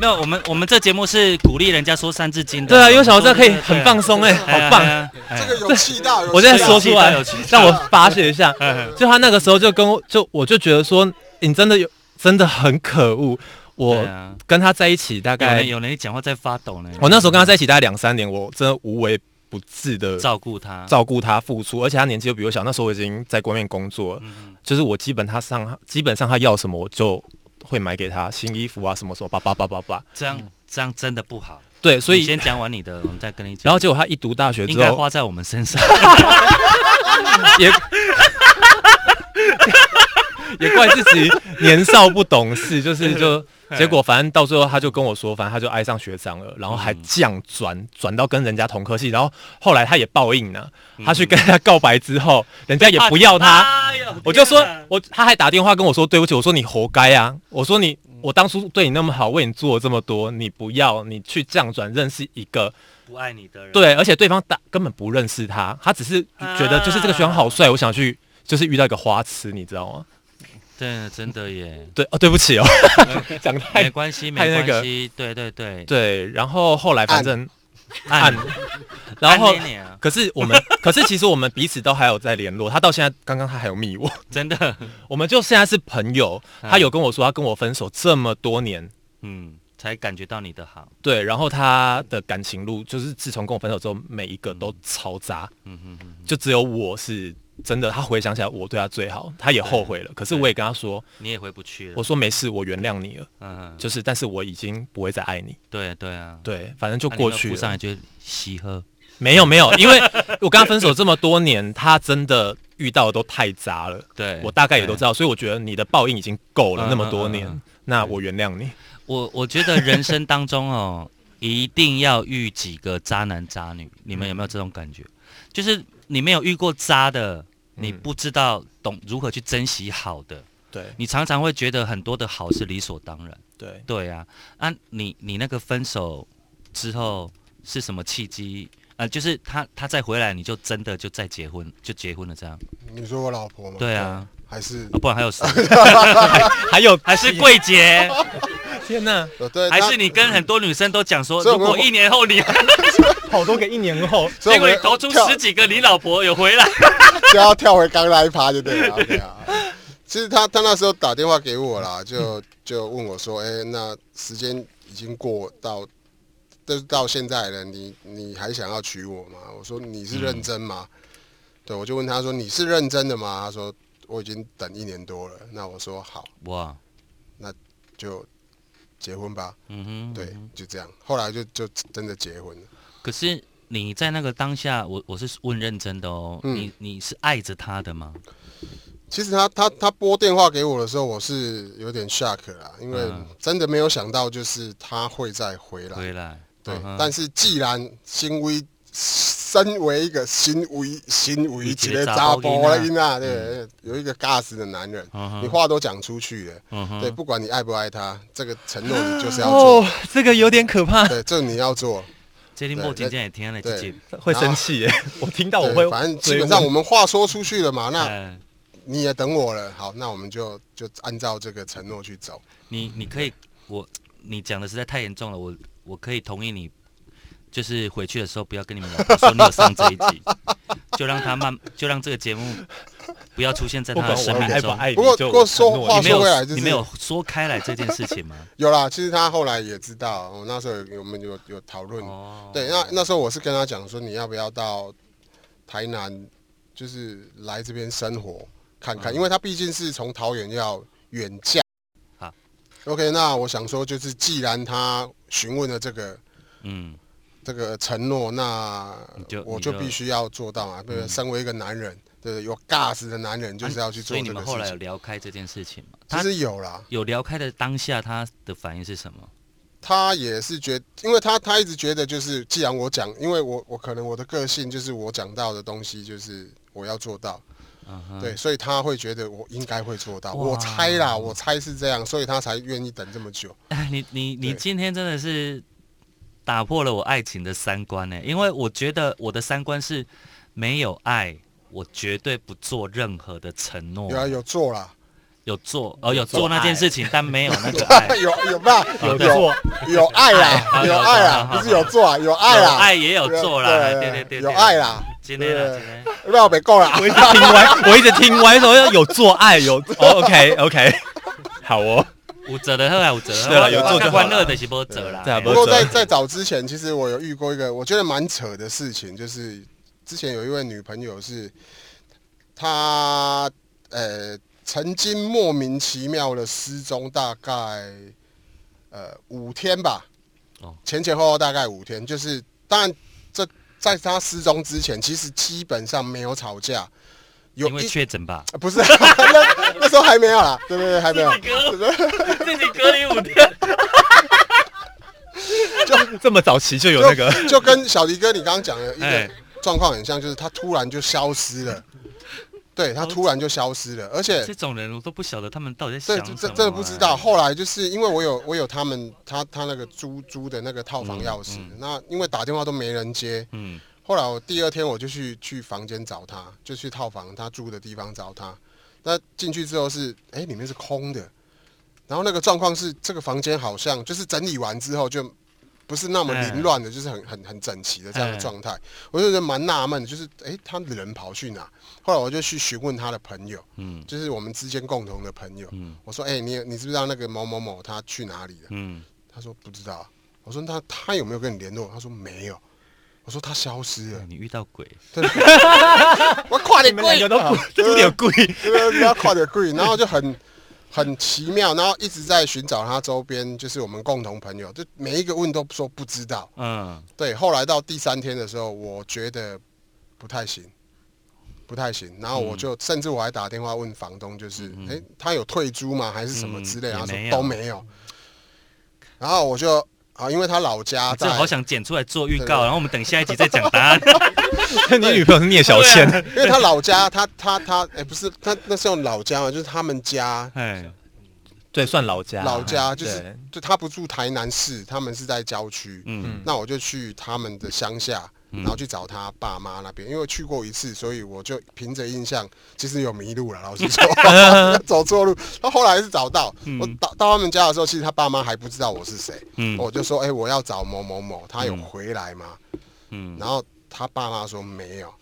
没有，我们我们这节目是鼓励人家说三字经的，
对啊，因为想到这可以
对对
很放松哎，
哎
好棒！
哎哎
这个有气到，有
我现在
气
说
到
出来
有气到有气，到
让我发泄一下。
哎哎
就他那个时候就跟我就我就觉得说，你真的有真的很可恶。
对
我
啊
跟他在一起大
有人
概，
有人讲话在发抖呢。
我那时候跟他在一起大概两三年，我真的无微不至的
照顾他，
照顾他、付出，而且他年纪又比我小，那时候我已经在外面工作了，
嗯
就是我基本他上基本上他要什么我就会买给他新衣服啊什么什么叭叭叭叭叭。
这样这样真的不好。
对，所
你
以
先讲完你的，我们再跟你讲。
然后结果他一读大学
应
之
该
后，
花在我们身
[LAUGHS]
上， [LAUGHS]
也也怪自己年少不懂事，就是
[LAUGHS]
就结果反正到最后他就跟我说，反正他就爱上学长了，然后还降转
嗯
转到跟人家同科系，然后后来他也报应了、
嗯
他去跟人家告白之后，人家也不要他。
[LAUGHS] 哎呦
我就说
天哪，
我他还打电话跟我说对不起，我说你活该啊，我说你
嗯
我当初对你那么好，为你做了这么多，你不要，你去降转认识一个
不爱你的人，
对，而且对方打根本不认识他，他只是觉得就是这个学长好帅，我想去就是遇到一个花痴，你知道吗？，
对，真的耶
对，哦，对不起哦，讲
没
[LAUGHS] 太
关系，
太那
没
个
关系，对对
[LAUGHS]
对，
对，然后后来反
啊
正
按
然后
按捏你啊
可是我们可是其实我们彼此都还有在联络，他到现在刚刚他还有密我，
真的，
我们就现在是朋友，他有跟我说他跟我分手这么多年。
[LAUGHS] 嗯，才感觉到你的好，
对，然后他的感情路就是自从跟我分手之后，每一个都超渣，
嗯哼哼，
就只有我是真的。他回想起来，我对他最好，他也后悔了。可是我也跟他说，
你也回不去了，
我说没事，我原谅你了，
嗯，就
就是但是我已经不会再爱你。
对对啊，
对，反正就
就
过去
上来
了。
就喜喝，
没有没有，因为我跟他分手这么多年，他真的遇到的都太渣了。
对
我大概也都知
道。
道，所以我觉得你的报应已经够了
嗯
那么多
嗯嗯
年
嗯，
那我原谅你。
我我觉得人生当中哦， [LAUGHS] 一定要遇几个渣男渣女，你们有没有这种感觉？就是你没有遇过渣的，你
嗯
不知道懂如何去珍惜好的，
对
你常常会觉得很多的好是理所当然。
对，
对啊，啊，你你那个分手之后是什么契机？呃，就是他他再回来，你就真的就再结婚，就结婚了这样。
你说我老婆吗？
对啊，
还是
啊，不然还有谁？ [LAUGHS]
还有
还是桂姐，
天呐，
呃对，
还
那
是你跟很多女生都讲说，
所以
如
我们
果一年后你，
好多个一年
[LAUGHS]
后，
所以
结果
我们
你投出
跳
十几个，你老婆有
[LAUGHS]
回来。
就要跳回刚那一趴就对了。OK 啊，其实他他那时候打电话给我啦，就就问我说，哎、那时间已经过到，就是到现在了，你你还想要娶我吗？我说你是认真吗？对，我就问他说你是认真的吗？他说我已经等一年多了。那我说好，
哇，
就结婚吧。
嗯哼，
对
嗯哼，
就这样。后来就就真的结婚了。
可是你在那个当下，我我是问认真的哦，
嗯
你你是爱着他的吗？
其实他他他拨电话给我的时候，我是有点 shock 啦，因为
嗯
真的没有想到就是他会再回来。
回来，
对，啊
嗯哼
但是既然新威身为一个新威新威
一
级
个
的
查
渣
甫
波
囡仔
因啊，对，有一个尬死的男人，
嗯哼
你话都讲出去了，
嗯哼
对，不管你爱不爱他，这个承诺你就是要
哦
做，，
这个有点可
[LAUGHS]
怕。
对，这你要做，
这令
对
莫今
那
天也听了
对
自己，
会生气耶！我听
哦
到我会
对，，反正基本上我们话说出去了嘛，那
哎
你也等我了，好，那我们就就按照这个承诺去走，
你你可以，我你讲的实在太严重了，我我可以同意你，就是回去的时候不要跟你们老婆说你有上这一集，就让他慢，就让这个节目不要出现在
不
他的
管我
生命
爱不
中。
爱你，
不过
就
不过说
承诺
话
你
你
没
没有
说回来就
有你没有说开来这
是
件事情吗？
有啦，其实他后来也知道，我那时候有我们有有讨论，
哦，
[LAUGHS] 对，那那时候我是跟他讲说，你要不要到台南，就是来这边生活看看，
嗯
因为他毕竟是从桃园要远嫁。
好
OK，那我想说，就是既然他询问了这个
嗯，
这个承诺，那
你就
我
你
就
就嗯
必须要做到啊！对不对，身为一个男人，对不对，有 gas 的男人就是要去
啊所
做
以你
这
们
个
后
事
来有
情。
聊开这件事情吗？
其
他
实有啦，
有聊开的当下，他的反应是什么？
他也是觉因为他他一直觉得就是，既然我讲，因为我我可能我的个性就是我讲到的东西就是我要做到，
嗯哼，
对，所以他会觉得我应该会做到，
哇
我猜啦，我猜是这样，所以他才愿意等这么久。
[LAUGHS] 哎，你你你
对
今天真的是打破了我爱情的三观欸呢，因为我觉得我的三观是没有爱，我绝对不做任何的承诺。
有啊，有做啦，
有做哦，有
做
做那件
爱
事情，但没有那个爱。
[LAUGHS]
啊
有有吧，
啊
有
有有
[LAUGHS]
爱啦，
爱
有
好
爱
好
啦
好，
不是有做啊，有爱
有
啦，
爱也有做啦，哎对对对，
有
对
爱。啦，
今天啦，
对
今天
不要被够啦。
我一直听完，我一直听完，说有做爱，有、哦、OK OK，好哦，
五折的后来五折，
对啊啦有做就
看
好啦
啊欢乐的是波折啦。
对啊
哎
不
不
过
过
在
这
在早之前，其实我有遇过一个我觉得蛮扯的事情，就是之前有一位女朋友是，她呃曾经莫名其妙的失踪，大概呃五天吧
哦，
前前后后大概五天，就是当然这在她失踪之前，其实基本上没有吵架，有
因为
一。
确诊吧，
不是，那那时候还没有啦，对对 [LAUGHS] 对，还没有，
自己隔离五天，
这么早期就有那
[LAUGHS]
个，
就跟小迪哥你刚刚讲的一个
哎
状况很像，就是他突然就消失了，对他突然就消失了，而且
这种人我都不晓得他们到底在
这
想
这
什
这
么
真的不
哎
知道。后来就是因为我有我有他们他他那个租租的那个套房钥匙，
嗯
那因为打电话都没人接，
嗯，
后来我第二天我就去去房间找他，就去套房他住的地方找他。那进去之后是，哎、里面是空的。然后那个状况是，这个房间好像就是整理完之后就不是那么
哎
凌乱的，就是很很很整齐的这样的状态。我就觉得蛮纳闷的，就是哎、诶他人跑去哪？后来我就去询问他的朋友，
嗯
就是我们之间共同的朋友。
嗯
我说，哎、你你知不知道那个某某某他去哪里了？
嗯，
他说不知道。我说那他有没有跟你联络？他说没有。我说他消失了
哎。你遇到鬼，
我跨
你
点
们两
贵，
个都有点贵，
对嗯 [LAUGHS] 你要跨点贵， [LAUGHS] 然后就很很奇妙，然后一直在寻找他周边，就是我们共同朋友，就每一个问都说不知道。
嗯，
对，后来到第三天的时候，我觉得不太行，不太行，然后我就、甚至我还打电话问房东，就是诶，
嗯
他有退租吗？还是什么之类的？
嗯也
他
没有
说都没有。然后我就啊，因为他老家
我真
在
的，好想剪出来做预
对对
告，然后我们等下一集再讲答
[LAUGHS]
案。
你
啊
女朋友是聂小倩，
因为他老家，他他他，哎、不是，他那是用老家嘛，就是他们家
哎，
对，算老家，
老家就是
对，
就他不住台南市，他们是在郊区。
嗯
嗯
那我就去他们的乡下，
嗯
然后去找他爸妈那边，因为去过一次，所以我就凭着印象，其实有迷路了，老实
[LAUGHS]
说， [LAUGHS] 走错路。他后来是找到，我到到他们家的时候，其实他爸妈还不知道我是谁，
嗯
我就说，哎、我要找某某某，他有回来吗？
嗯，
然后他爸妈说
[LAUGHS]
没有，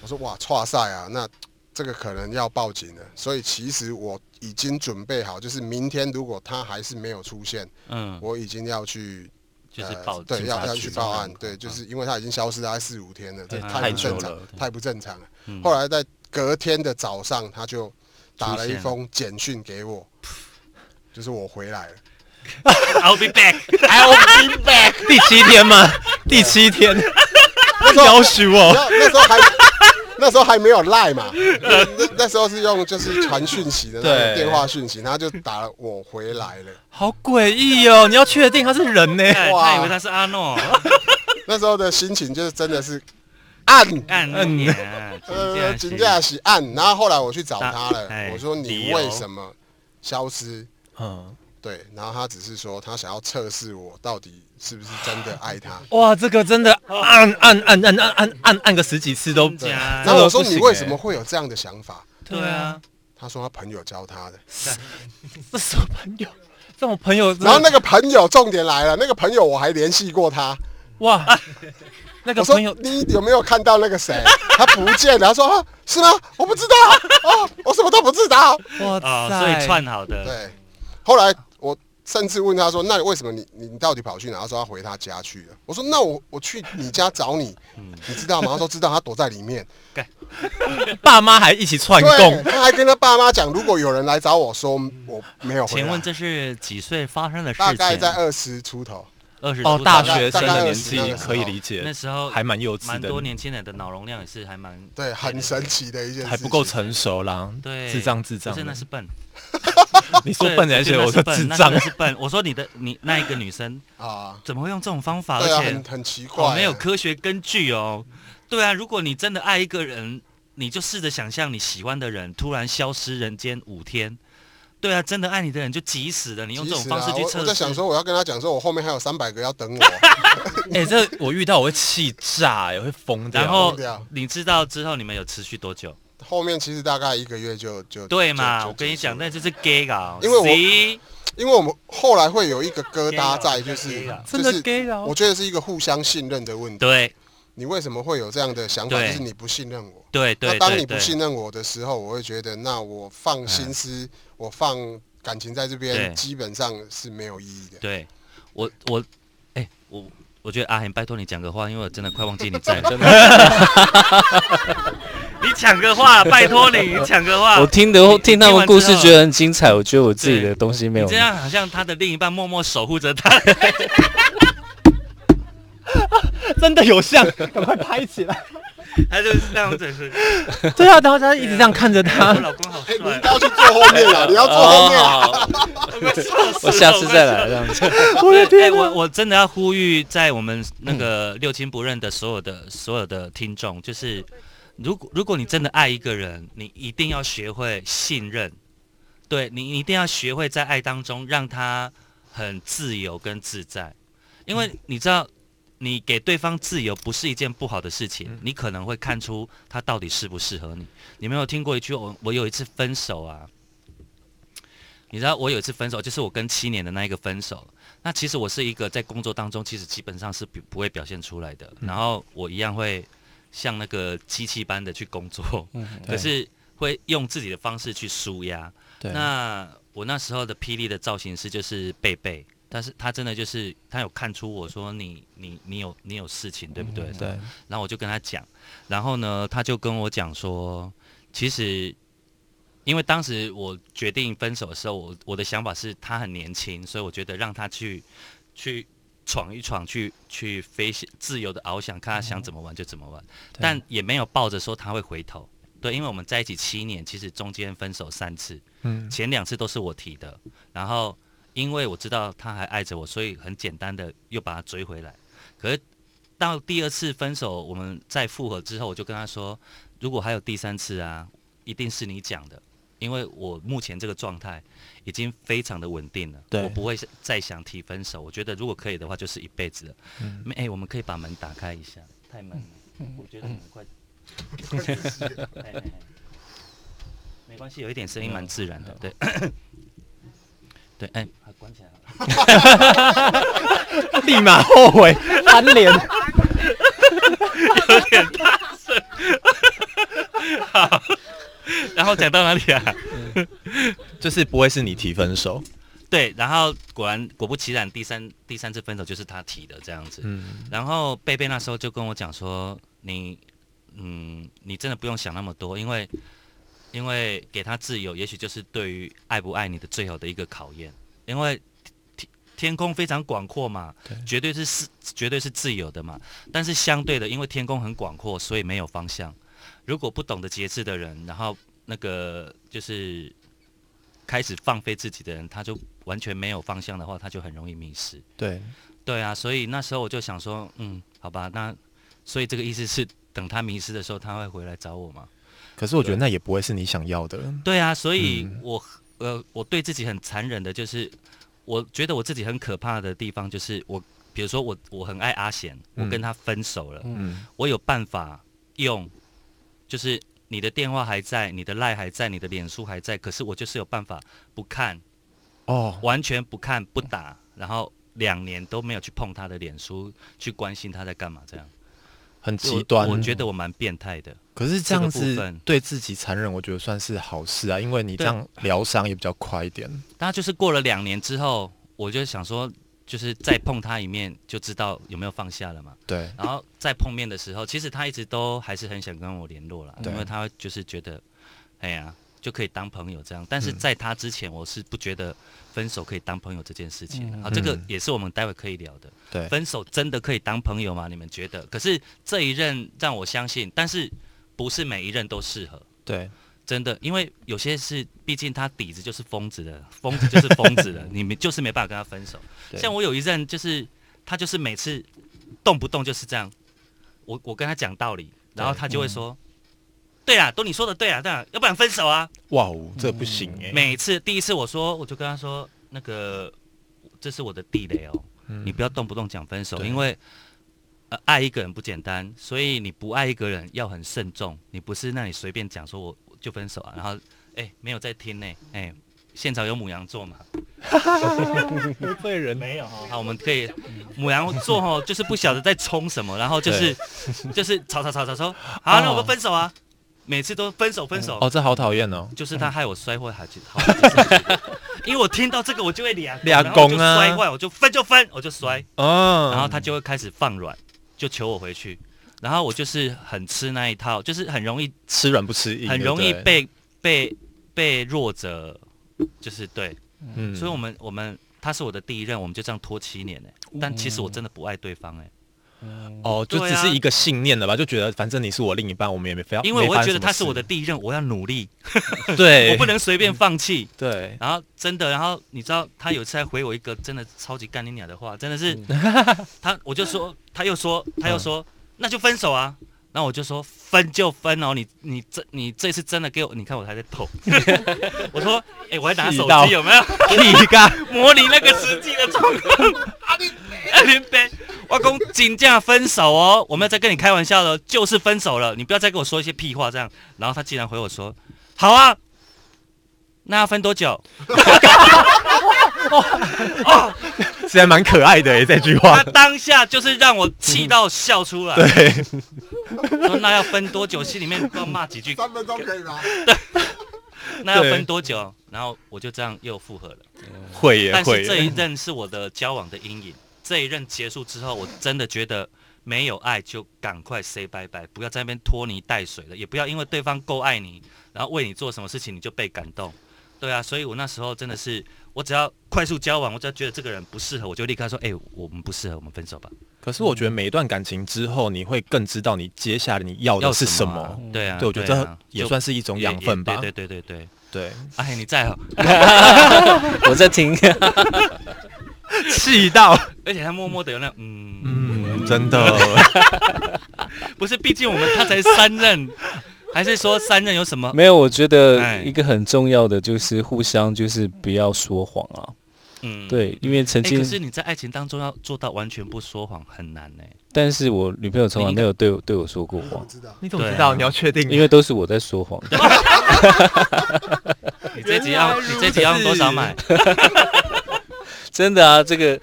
我说哇，哇塞啊，那这个可能要报警了。所以其实我已经准备好，就是明天如果他还是没有出现，
嗯，
我已经要去
就是
呃
报
对
警
要
察
要
局
去
嘛
报案，对，就是因为他已经消失大概四五天了，这
对
太
太
不
久
正常
了，
太不正常了。
嗯
后来在隔天的早上，他就打
出
了一
现
封简讯给我，就是我回来了。
[LAUGHS] I'll be
[LAUGHS]
back。
哎
I'll be back，第七天吗？
啊
第七
[LAUGHS]
天，要求
然
哦，
后那时候还 [LAUGHS] 那时候还没有赖嘛，那那那时候是用就是传讯息的那种
对
电话讯息，他就打了我回来了。
好诡异哦！你要确定他是人呢？
哎
[LAUGHS] 哇
他以为他是阿诺，
那时候的心情就是真
[LAUGHS]
的是暗，
按你啊，
呃，
真
金
的是
价喜暗。然后后来我去找他
打哎
了，我说
理
你
由
为什么消失？
嗯，
对，然后他只是说他想要测试我到底是不是真的
[LAUGHS]
爱他。
哇，这个真的按按按按按按按按个十几次都
真假啊
然后我说
不行
你
欸
为什么会有这样的想法？
对啊，
他说他朋友教他的。
这什么朋友？这种朋友，
然后那个朋友重点来了，那个朋友我还联系过他，
哇，那个
我说
朋友
你有没有看到那个谁？他不见了。他说啊，是吗？我不知道啊，我什么都不知道。
哇
哦
啊、
塞，
所以串好的，
对，后来我甚至问他说：“那你为什么你你你到底跑去哪？”他说他回他家去了。我说：“那我我去你家找你，你知道吗？”他说：“知道，他躲在里面。
爸妈还一起”
啊
串
对，
供，
他还跟他爸妈讲，如果有人来找我说我没有回
请
来
问，这是几岁发生的事情？
大概在二十出头。
二十
哦，
出头
大
概
学生
大概
的年
20那
纪
个时候
可以理
那
解，
时候
还蛮幼稚
蛮
的，
多年轻人的脑容量也是还蛮
对，很神奇的一件事情，
还不够成熟啦，
对，
智障智障
不
的
是，那是笨，
你说笨的，而且
对
我说
那是
智
笨那
障
真的，是笨。我说你的你那一个女生
啊！
怎么会用这种方法，
对啊，
而且
很很奇怪
好
啊，
哦没有科学根据哦。对啊，如果你真的爱一个人，你就试着想象你喜欢的人突然消失人间五天。对啊，真的爱你的人就急死了，你用这种
急死
方式
啦
去
啊我我
测
在想
试。
说，我要跟他讲说，我后面还有三百个要等我，
[LAUGHS]
哎，这 [LAUGHS] 我遇到我会气炸，哎，会疯掉。
然后
疯掉
你知道之后你们有持续多久？
后面其实大概一个月就就
对
就
嘛？
就
我跟你
结束
讲，
了
那就是 gay 搞。
因为我
谁
因为我们后来会有一个疙瘩在，就
真
是
的
就
真的啊
是
gay 了
我觉得是一个互相信任的问题。
啊对
你为什么会有这样的想法？
对
就是你不信任我。
对
那
对
当
对
你不
对，
信任我的时候，我会觉得，那我放心思，我放感情在这边，
对
基本上是没有意义的。
对我我哎、我我觉得阿恒，拜托你讲个话，因为我真的快忘记你在
真的，
[LAUGHS] 你讲个话，拜托你，你讲个话
我听的听他们故事
你听完之后
觉得很精彩，我觉得我自己的东西没
你
有
这。样好像他的另一半默默守护着他。 [LAUGHS]
真的有像， [LAUGHS] 赶快拍起来。
他就是这样子，是
对啊，然后他一直这样看着他
我。老公好
哎，你
帅
一定，要去坐后面啊！你要坐后面啊！
哦，好
我快笑死了
我下次再来这。
[LAUGHS]
样子。
我的天，哎我我真的要呼吁，在我们那个六亲不认的所有的所有的听众，就是如果如果你真的爱一个人，你一定要学会信任，对你你一定要学会在爱当中让他很自由跟自在，因为你知道。你给对方自由不是一件不好的事情，你可能会看出他到底适不适合你。你没有听过一句我我有一次分手啊，你知道我有一次分手，就是我跟七年的那一个分手。那其实我是一个在工作当中，其实基本上是不不会表现出来的，然后我一样会像那个机器般的去工作，
嗯
可是会用自己的方式去舒压。
对
那我那时候的霹雳的造型师就是贝贝，但是他真的就是他有看出我说你你你有你有事情对不对？
嗯对，
然后我就跟他讲，然后呢，他就跟我讲说，其实因为当时我决定分手的时候，我我的想法是他很年轻，所以我觉得让他去去闯一闯，去去飞翔自由的翱翔，看他想怎么玩就怎么玩，但也没有抱着说他会回头。对，因为我们在一起七年，其实中间分手三次，
嗯，
前两次都是我提的，然后因为我知道他还爱着我，所以很简单的又把他追回来。可是到第二次分手，我们再复合之后，我就跟他说，如果还有第三次啊，一定是你讲的，因为我目前这个状态已经非常的稳定了，
对
我不会再想提分手。我觉得如果可以的话，就是一辈子了。
嗯
哎、我们可以把门打开一下，太闷了，我觉得你们快。 [LAUGHS] 哎哎哎没关系，有一点声音蛮自然的，对， [COUGHS] 对，哎、把它关起来了。
立马后悔， [LAUGHS] 翻脸。
然后讲到哪里啊？
就是不会是你提分手，
对，然后果然果不其然，第三第三次分手就是他提的这样子。
嗯，
然后贝贝那时候就跟我讲说，你，嗯，你真的不用想那么多，因为，因为给他自由，也许就是对于爱不爱你的最后的一个考验，因为天天空非常广阔嘛，绝对是是绝对是自由的嘛，但是相对的，因为天空很广阔，所以没有方向。如果不懂得节制的人，然后那个就是开始放飞自己的人，他就完全没有方向的话，他就很容易迷失。
对，
对啊，所以那时候我就想说，嗯，好吧，那所以这个意思是，等他迷失的时候，他会回来找我嘛？
可是我觉得那也不会是你想要的，
对啊，所以
嗯
我、呃，我对自己很残忍的，就是我觉得我自己很可怕的地方，就是我，比如说我我很爱阿贤，我
嗯
跟他分手了，
嗯，
我有办法用，就是你的电话还在，你的赖还在，你的脸书还在，可是我就是有办法不看，
哦，
完全不看不打，然后两年都没有去碰他的脸书，去关心他在干嘛，这样
很
我
极端。
我觉得我蛮变态的，
可是这样
这个部
子
分
对自己残忍，我觉得算是好事啊，因为你这样疗伤也比较快一点。
但他就是过了两年之后，我就想说，就是再碰他一面就知道有没有放下了嘛。
对，
然后再碰面的时候，其实他一直都还是很想跟我联络啦，
对
因为他就是觉得，哎呀、就可以当朋友这样。但是
嗯
在他之前，我是不觉得分手可以当朋友这件事情的。
嗯
好，这个
嗯
也是我们待会可以聊的。
对
分手真的可以当朋友吗？你们觉得？可是这一任让我相信，但是不是每一任都适合。
对，
真的，因为有些是，毕竟他底子就是疯子的，疯子就是疯子的，你们就是没办法跟他分手。
对
像我有一任，就是他就是每次动不动就是这样，我我跟他讲道理，然后他就会说，对啊，都你说的对啊，对啊，要不然分手啊。
哇哦，这不行哎、
每次第一次我说，我就跟他说，那个这是我的地雷哦，
嗯
你不要动不动讲分手，
对
因为。呃，爱一个人不简单，所以你不爱一个人要很慎重。你不是那里随便讲说我我就分手啊，然后哎没有在听呢，哎现场有母羊座嘛？
得罪人
没有哈，
好，我们可以母羊座
[LAUGHS]
哦，就是不晓得在冲什么，然后就是就是吵吵吵吵
[LAUGHS]
吵，好，
哦
那我们分手啊！每次都分手分手，
哦，这好讨厌哦。
就是他害我摔坏好几好几次， [LAUGHS] 因为我听到这个我就会俩
俩
拱
拱啊
摔坏我就分就分，我就摔，
嗯，
然后他就会开始放软，就求我回去，然后我就是很吃那一套，就是很容易
吃软不吃硬，
很容易
对不对，
被被被弱者，就是对，
嗯
所以我们我们他是我的第一任，我们就这样拖七年哎、但其实我真的不爱对方哎、
哦，就
对
只
啊
是一个信念了吧，就觉得反正你是我另一半，我们也没非要，
因为
没
我
发
会
生
觉得
什
他
么
是我
事
的，第一任，我要努力，
对，嗯
我不能随便放弃。
对，
然后真的，然后你知道他有一次还回我一个真的超级干你娘的话，真的是
嗯
[LAUGHS] 他，我就说他又说他又说、那就分手啊，然后我就说分就分哦，你你这你这次真的给我，你看我还在
[LAUGHS]
抖，我说哎、我还拿手
气到
机有没有
[LAUGHS] 你个
模拟那个实际的状
[LAUGHS]
况？阿林哎北，阿公请假分手哦，我没有在跟你开玩笑了，就是分手了，你不要再跟我说一些屁话这样。然后他竟然回我说好啊，那要分多久？
是还蛮可爱的欸诶，这句
他
话， [LAUGHS]
当下就是让我气到笑出来。对，说那要分多久？心里面不知道骂几
[LAUGHS]
句，
三分钟可以吗？
那要分多久？然后我就这样又复合了。
会也
但
会
是这一
耶，
任是我的交往的阴影。这一任结束之后，我真的觉得没有爱就赶快 say 拜拜，不要在那边拖泥带水了，也不要因为对方够爱你，然后为你做什么事情你就被感动。对啊，所以我那时候真的是，我只要快速交往，我只要觉得这个人不适合，我就立刻说，哎、我们不适合，我们分手吧。
可是我觉得每一段感情之后，你会更知道你接下来你要的是什
啊
么。
对啊，
对，我觉得
啊
这也
就
算是一种
也
养分吧
也。对对对对对，
对，
哎，你在哦，
[LAUGHS]
[LAUGHS]
我在听， [LAUGHS]
气到，
而且他默默的有那种嗯，
嗯，
[LAUGHS]
真的，
不是，毕竟我们他才三
[LAUGHS]
任，还是说三任有什么？
没有，我觉
哎
得一个很重要的就是互相就是不要说谎啊，
嗯，
对，因为曾
哎。
经
可，是你在爱情当中要做到完全不说谎很难呢、欸
但是我女朋友从来
你
没有对我对我说过
我
谎，
知道。
你怎么
对
知道？
啊
你要确定，
[LAUGHS] 因为都是我在说谎。 [LAUGHS]
你这集要你这集要用多少买？
真的啊，这个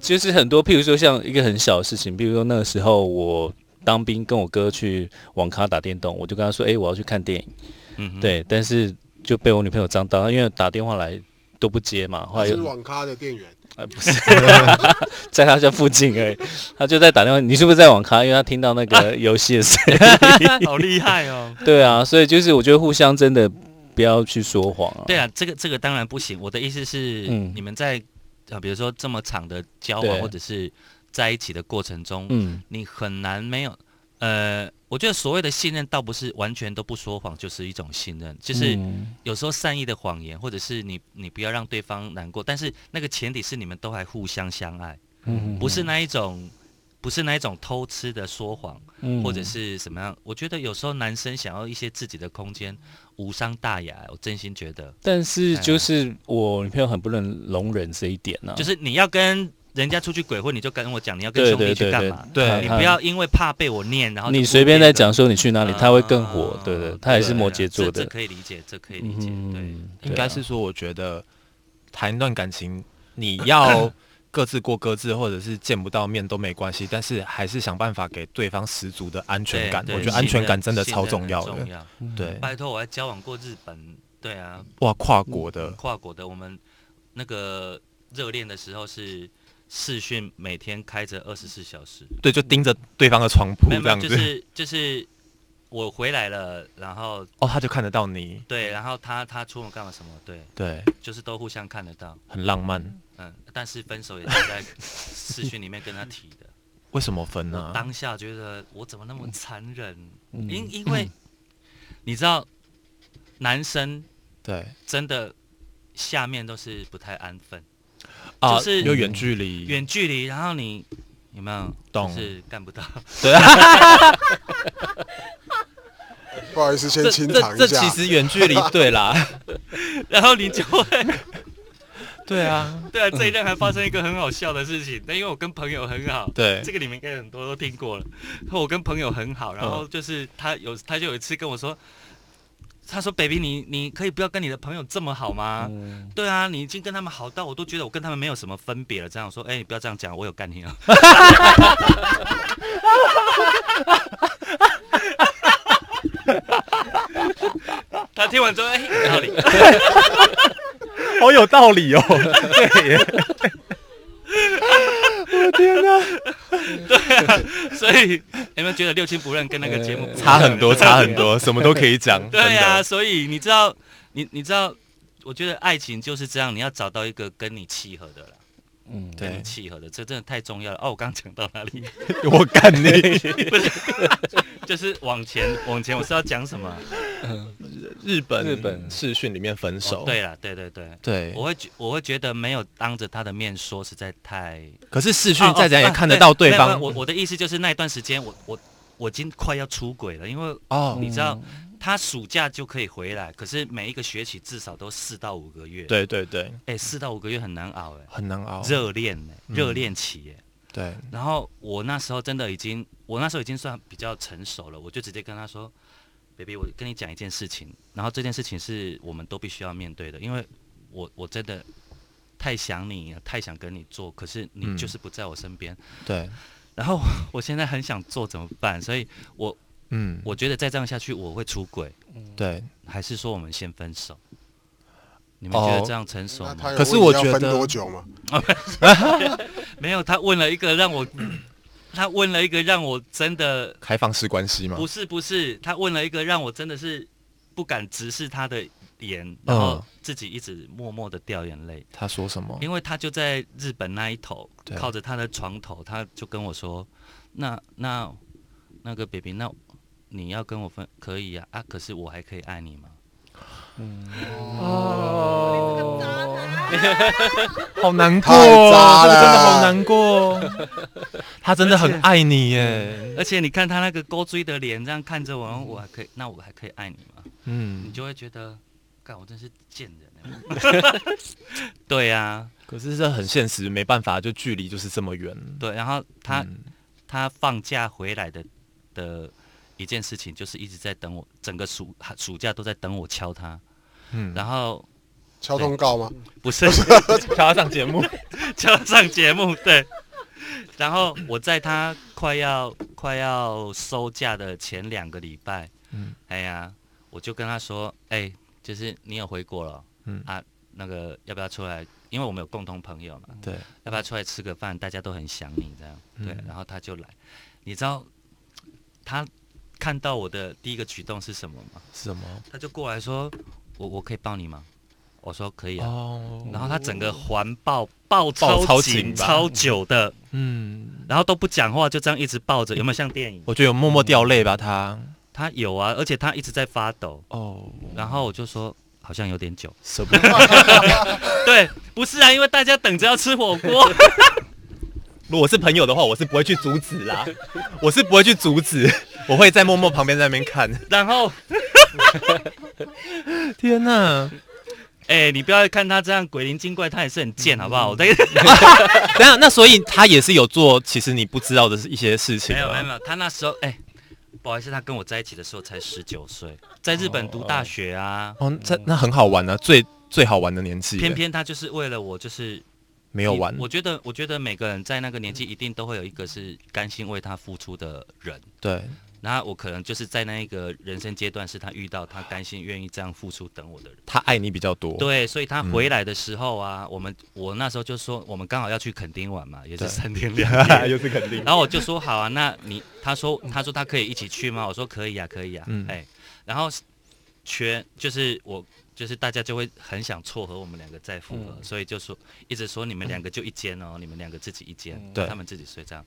就是很多，譬如说像一个很小的事情，譬如说那个时候我当兵，跟我哥去网咖打电动，我就跟他说，哎、我要去看电影，
嗯哼，
对，但是就被我女朋友张到，因为打电话来。都不接嘛，后来
是
又
网咖的店员，
呃不是， [LAUGHS] 在他家附
[LAUGHS]
近而已，他就在打电话，你是不是在网咖？因为他听到那个游戏的声音，
好厉害
[LAUGHS]
哦。
对啊，所以就是我觉得互相真的不要去说谎啊，
对啊，这个这个当然不行。我的意思是，
嗯
你们在啊，比如说这么长的交往
对
或者是在一起的过程中，
嗯，
你很难没有。呃，我觉得所谓的信任，倒不是完全都不说谎，就是一种信任，就是
嗯
有时候善意的谎言，或者是你你不要让对方难过，但是那个前提是你们都还互相相爱，
嗯
不是那一种，不是那一种偷吃的说谎，
嗯
或者是什么样。我觉得有时候男生想要一些自己的空间，无伤大雅，我真心觉得，
但是
哎
就是我女朋友很不能容忍这一点呢、啊，
就是你要跟。人家出去鬼混，你就跟我讲你要跟
对
兄弟
对
去
对
干嘛？
对
你
他
不要因为怕被我念，然后就
你
不
随
念
便在
了
讲说你去哪里，他会更火
啊，
对对，他也是
对
摩
啦
羯座
这
的
这，可以理解，这可以理
啊
解，对。啊
嗯，
[COUGHS]
应该是说，我觉得谈一段感情，你要各自过各自，或者是见不到面都没关系，但是还是想办法给对方十足的安全感。
对
我
对
觉得安全感
信
真的
信
超
任
重
很
要的
重。要嗯
对，嗯
拜托，我还交往过日本，对啊，
哇，跨国的，
跨国的，我们那个热恋的时候是视讯，每天开着二十四小时，
对，就盯着对方的床铺
没有
这
没有，
样
就
子。
是就是我回来了，然后
哦，他就看得到你，
对，然后他他出门干嘛什么，对，
对，
就是都互相看得到，
很浪漫。
嗯，但是分手也是在视讯里面跟他提
[LAUGHS]
的。
为什么分
我
呢？
当下觉得我怎么那么残忍？
嗯
因因为你知道，男生
对
真的下面都是不太安分，
啊，
就是
又远距离，
远距离，然后你有没有就
懂
是干不到？ [LAUGHS]
对啊。
不好意思，先
这
清
这
场
这
一
其
下。
实远距离，对啦，
然后你就会
对
[LAUGHS]
啊，
对啊，这一任还发生一个很好笑的事情，但因为我跟朋友很好。
对
这，个你们应该很多都听过了。我跟朋友很好，然后就是他有，他就有一次跟我说，他说：“baby，你你可以不要跟你的朋友这么好吗？”
嗯
对啊，你已经跟他们好到我都觉得我跟他们没有什么分别了。这样说，哎、你不要这样讲，我有干你啊！ [LAUGHS] 他听完之后，哎、有道理。 [LAUGHS]
好有道理哦。 [LAUGHS] 对耶，
啊所以有没有觉得六亲不认跟那个节目不一样
差很多，差很多，什么都可以讲。
对啊呀、
[LAUGHS] 真的，
所以你知道，你你知道，我觉得爱情就是这样，你要找到一个跟你契合的啦，
[LAUGHS] 嗯，
跟你
对，
契合的，这真的太重要了。哦，我刚讲到哪里？ [LAUGHS]
我干你。
就是往前往前，我是要讲什么啊？
日本
日本
视讯里面分
哦
手，
对啦，对对对，
对
我会觉我会觉得没有当着他的面说实在太啊
可是视讯
哦
再怎样也看得到对
没有
方
没有我我的意思就是那一段时间，我我我已经快要出轨了，因为
哦，
你知道他暑假就可以回来，可是每一个学期至少都四到五个月。，
对对对，
哎，四到五个月很难熬哎，
很难
哦
熬，
热恋哎，
嗯
热恋期哎。
对，
然后我那时候真的已经，我那时候已经算比较成熟了，我就直接跟他说：“baby，我跟你讲一件事情，然后这件事情是我们都必须要面对的，因为我我真的太想你，了，太想跟你做，可是你
嗯
就是不在我身边。
对，
然后我现在很想做怎么办？所以我
嗯，
我觉得再这样下去我会出轨，
对，
还是说我们先分手？你们觉得
哦
这样成熟
那
吗？
他有
可是
问你
我
要
觉
分
得
多久嘛？
没有，他问了一个让我， [CLEARS THROAT] 他问了一个让我真的
开放式关系嘛，
不是不是，他问了一个让我真的是不敢直视他的眼，然后自己一直默默的掉眼泪，
他说什么？
因为他就在日本那一头，
对
靠着他的床头，他就跟我说：“那那那个 baby，那你要跟我分可以呀啊可是我还可以爱你吗？”哦
哦好难过，
太渣
这
了
个真的好难过，
[LAUGHS]
他真的很爱你耶，
而且嗯你看他那个勾追的脸，这样看着我，然后我还可以，那我还可以爱你吗？你
嗯，
就会觉得，干，我真是贱人欸。 [LAUGHS] 对啊呀、
可是这很现实，没办法，就距离就是这么远，
对，然后他、
嗯
他放假回来的的一件事情，就是一直在等我，整个暑暑假都在等我敲他，
嗯，
然后
敲通告吗？
不
[LAUGHS]
是
调他上节目，
敲他上节目，对。然后我在他快要快要收假的前两个礼拜，
嗯
哎呀，我就跟他说，哎，就是你有回国了，
嗯
啊，那个要不要出来？因为我们有共同朋友嘛，
对，
要不要出来吃个饭？大家都很想你这样，对。
嗯
然后他就来，你知道他看到我的第一个举动是什么吗？
是什么？
他就过来说：“我我可以抱你吗？”我说：“可以啊。
哦，
然后他整个环抱抱
抱
超
超
紧
紧吧
超久的，
嗯，
然后都不讲话，就这样一直抱着，有没有像电影？
我觉得有默默掉泪吧，他，
他有啊，而且他一直在发抖。
哦，
然后我就说。好像有点久，
舍不得。
[LAUGHS] 对，不是啊，因为大家等着要吃火锅， [LAUGHS]
如果是朋友的话，我是不会去阻止啦， [LAUGHS] 我是不会去阻止，我会在默默旁边在那边看。
然后
天哪、
哎、你不要看他这样鬼灵精怪，他也是很
嗯
贱，好不 [LAUGHS] 好？我在
等一下，那所以他也是有做，其实你不知道的一些事情
没有没有没
啊。
有，他那时候哎、不好意思，他跟我在一起的时候才十九岁，在日本读大学啊，
哦哦，这那很好玩啊，最最好玩的年纪。
偏偏他就是为了我，就是
没有玩嗯
你。我觉得，我觉得每个人在那个年纪，一定都会有一个是甘心为他付出的人。
对，
那我可能就是在那一个人生阶段，是他遇到他甘心愿意这样付出等我的人。
他爱你比较多。
对，所以他
嗯
回来的时候啊，我们我那时候就说，我们刚好要去垦丁玩嘛，也是
对
三天两夜。
又是肯定。
然后我就说好啊，那你他说他说他可以一起去吗？我说可以啊，可以啊，
嗯
哎，然后全就是我就是大家就会很想撮合我们两个再复
嗯
合，所以就说一直说你们两个就一间哦，你们两个自己一间，
嗯对
他们自己睡这样。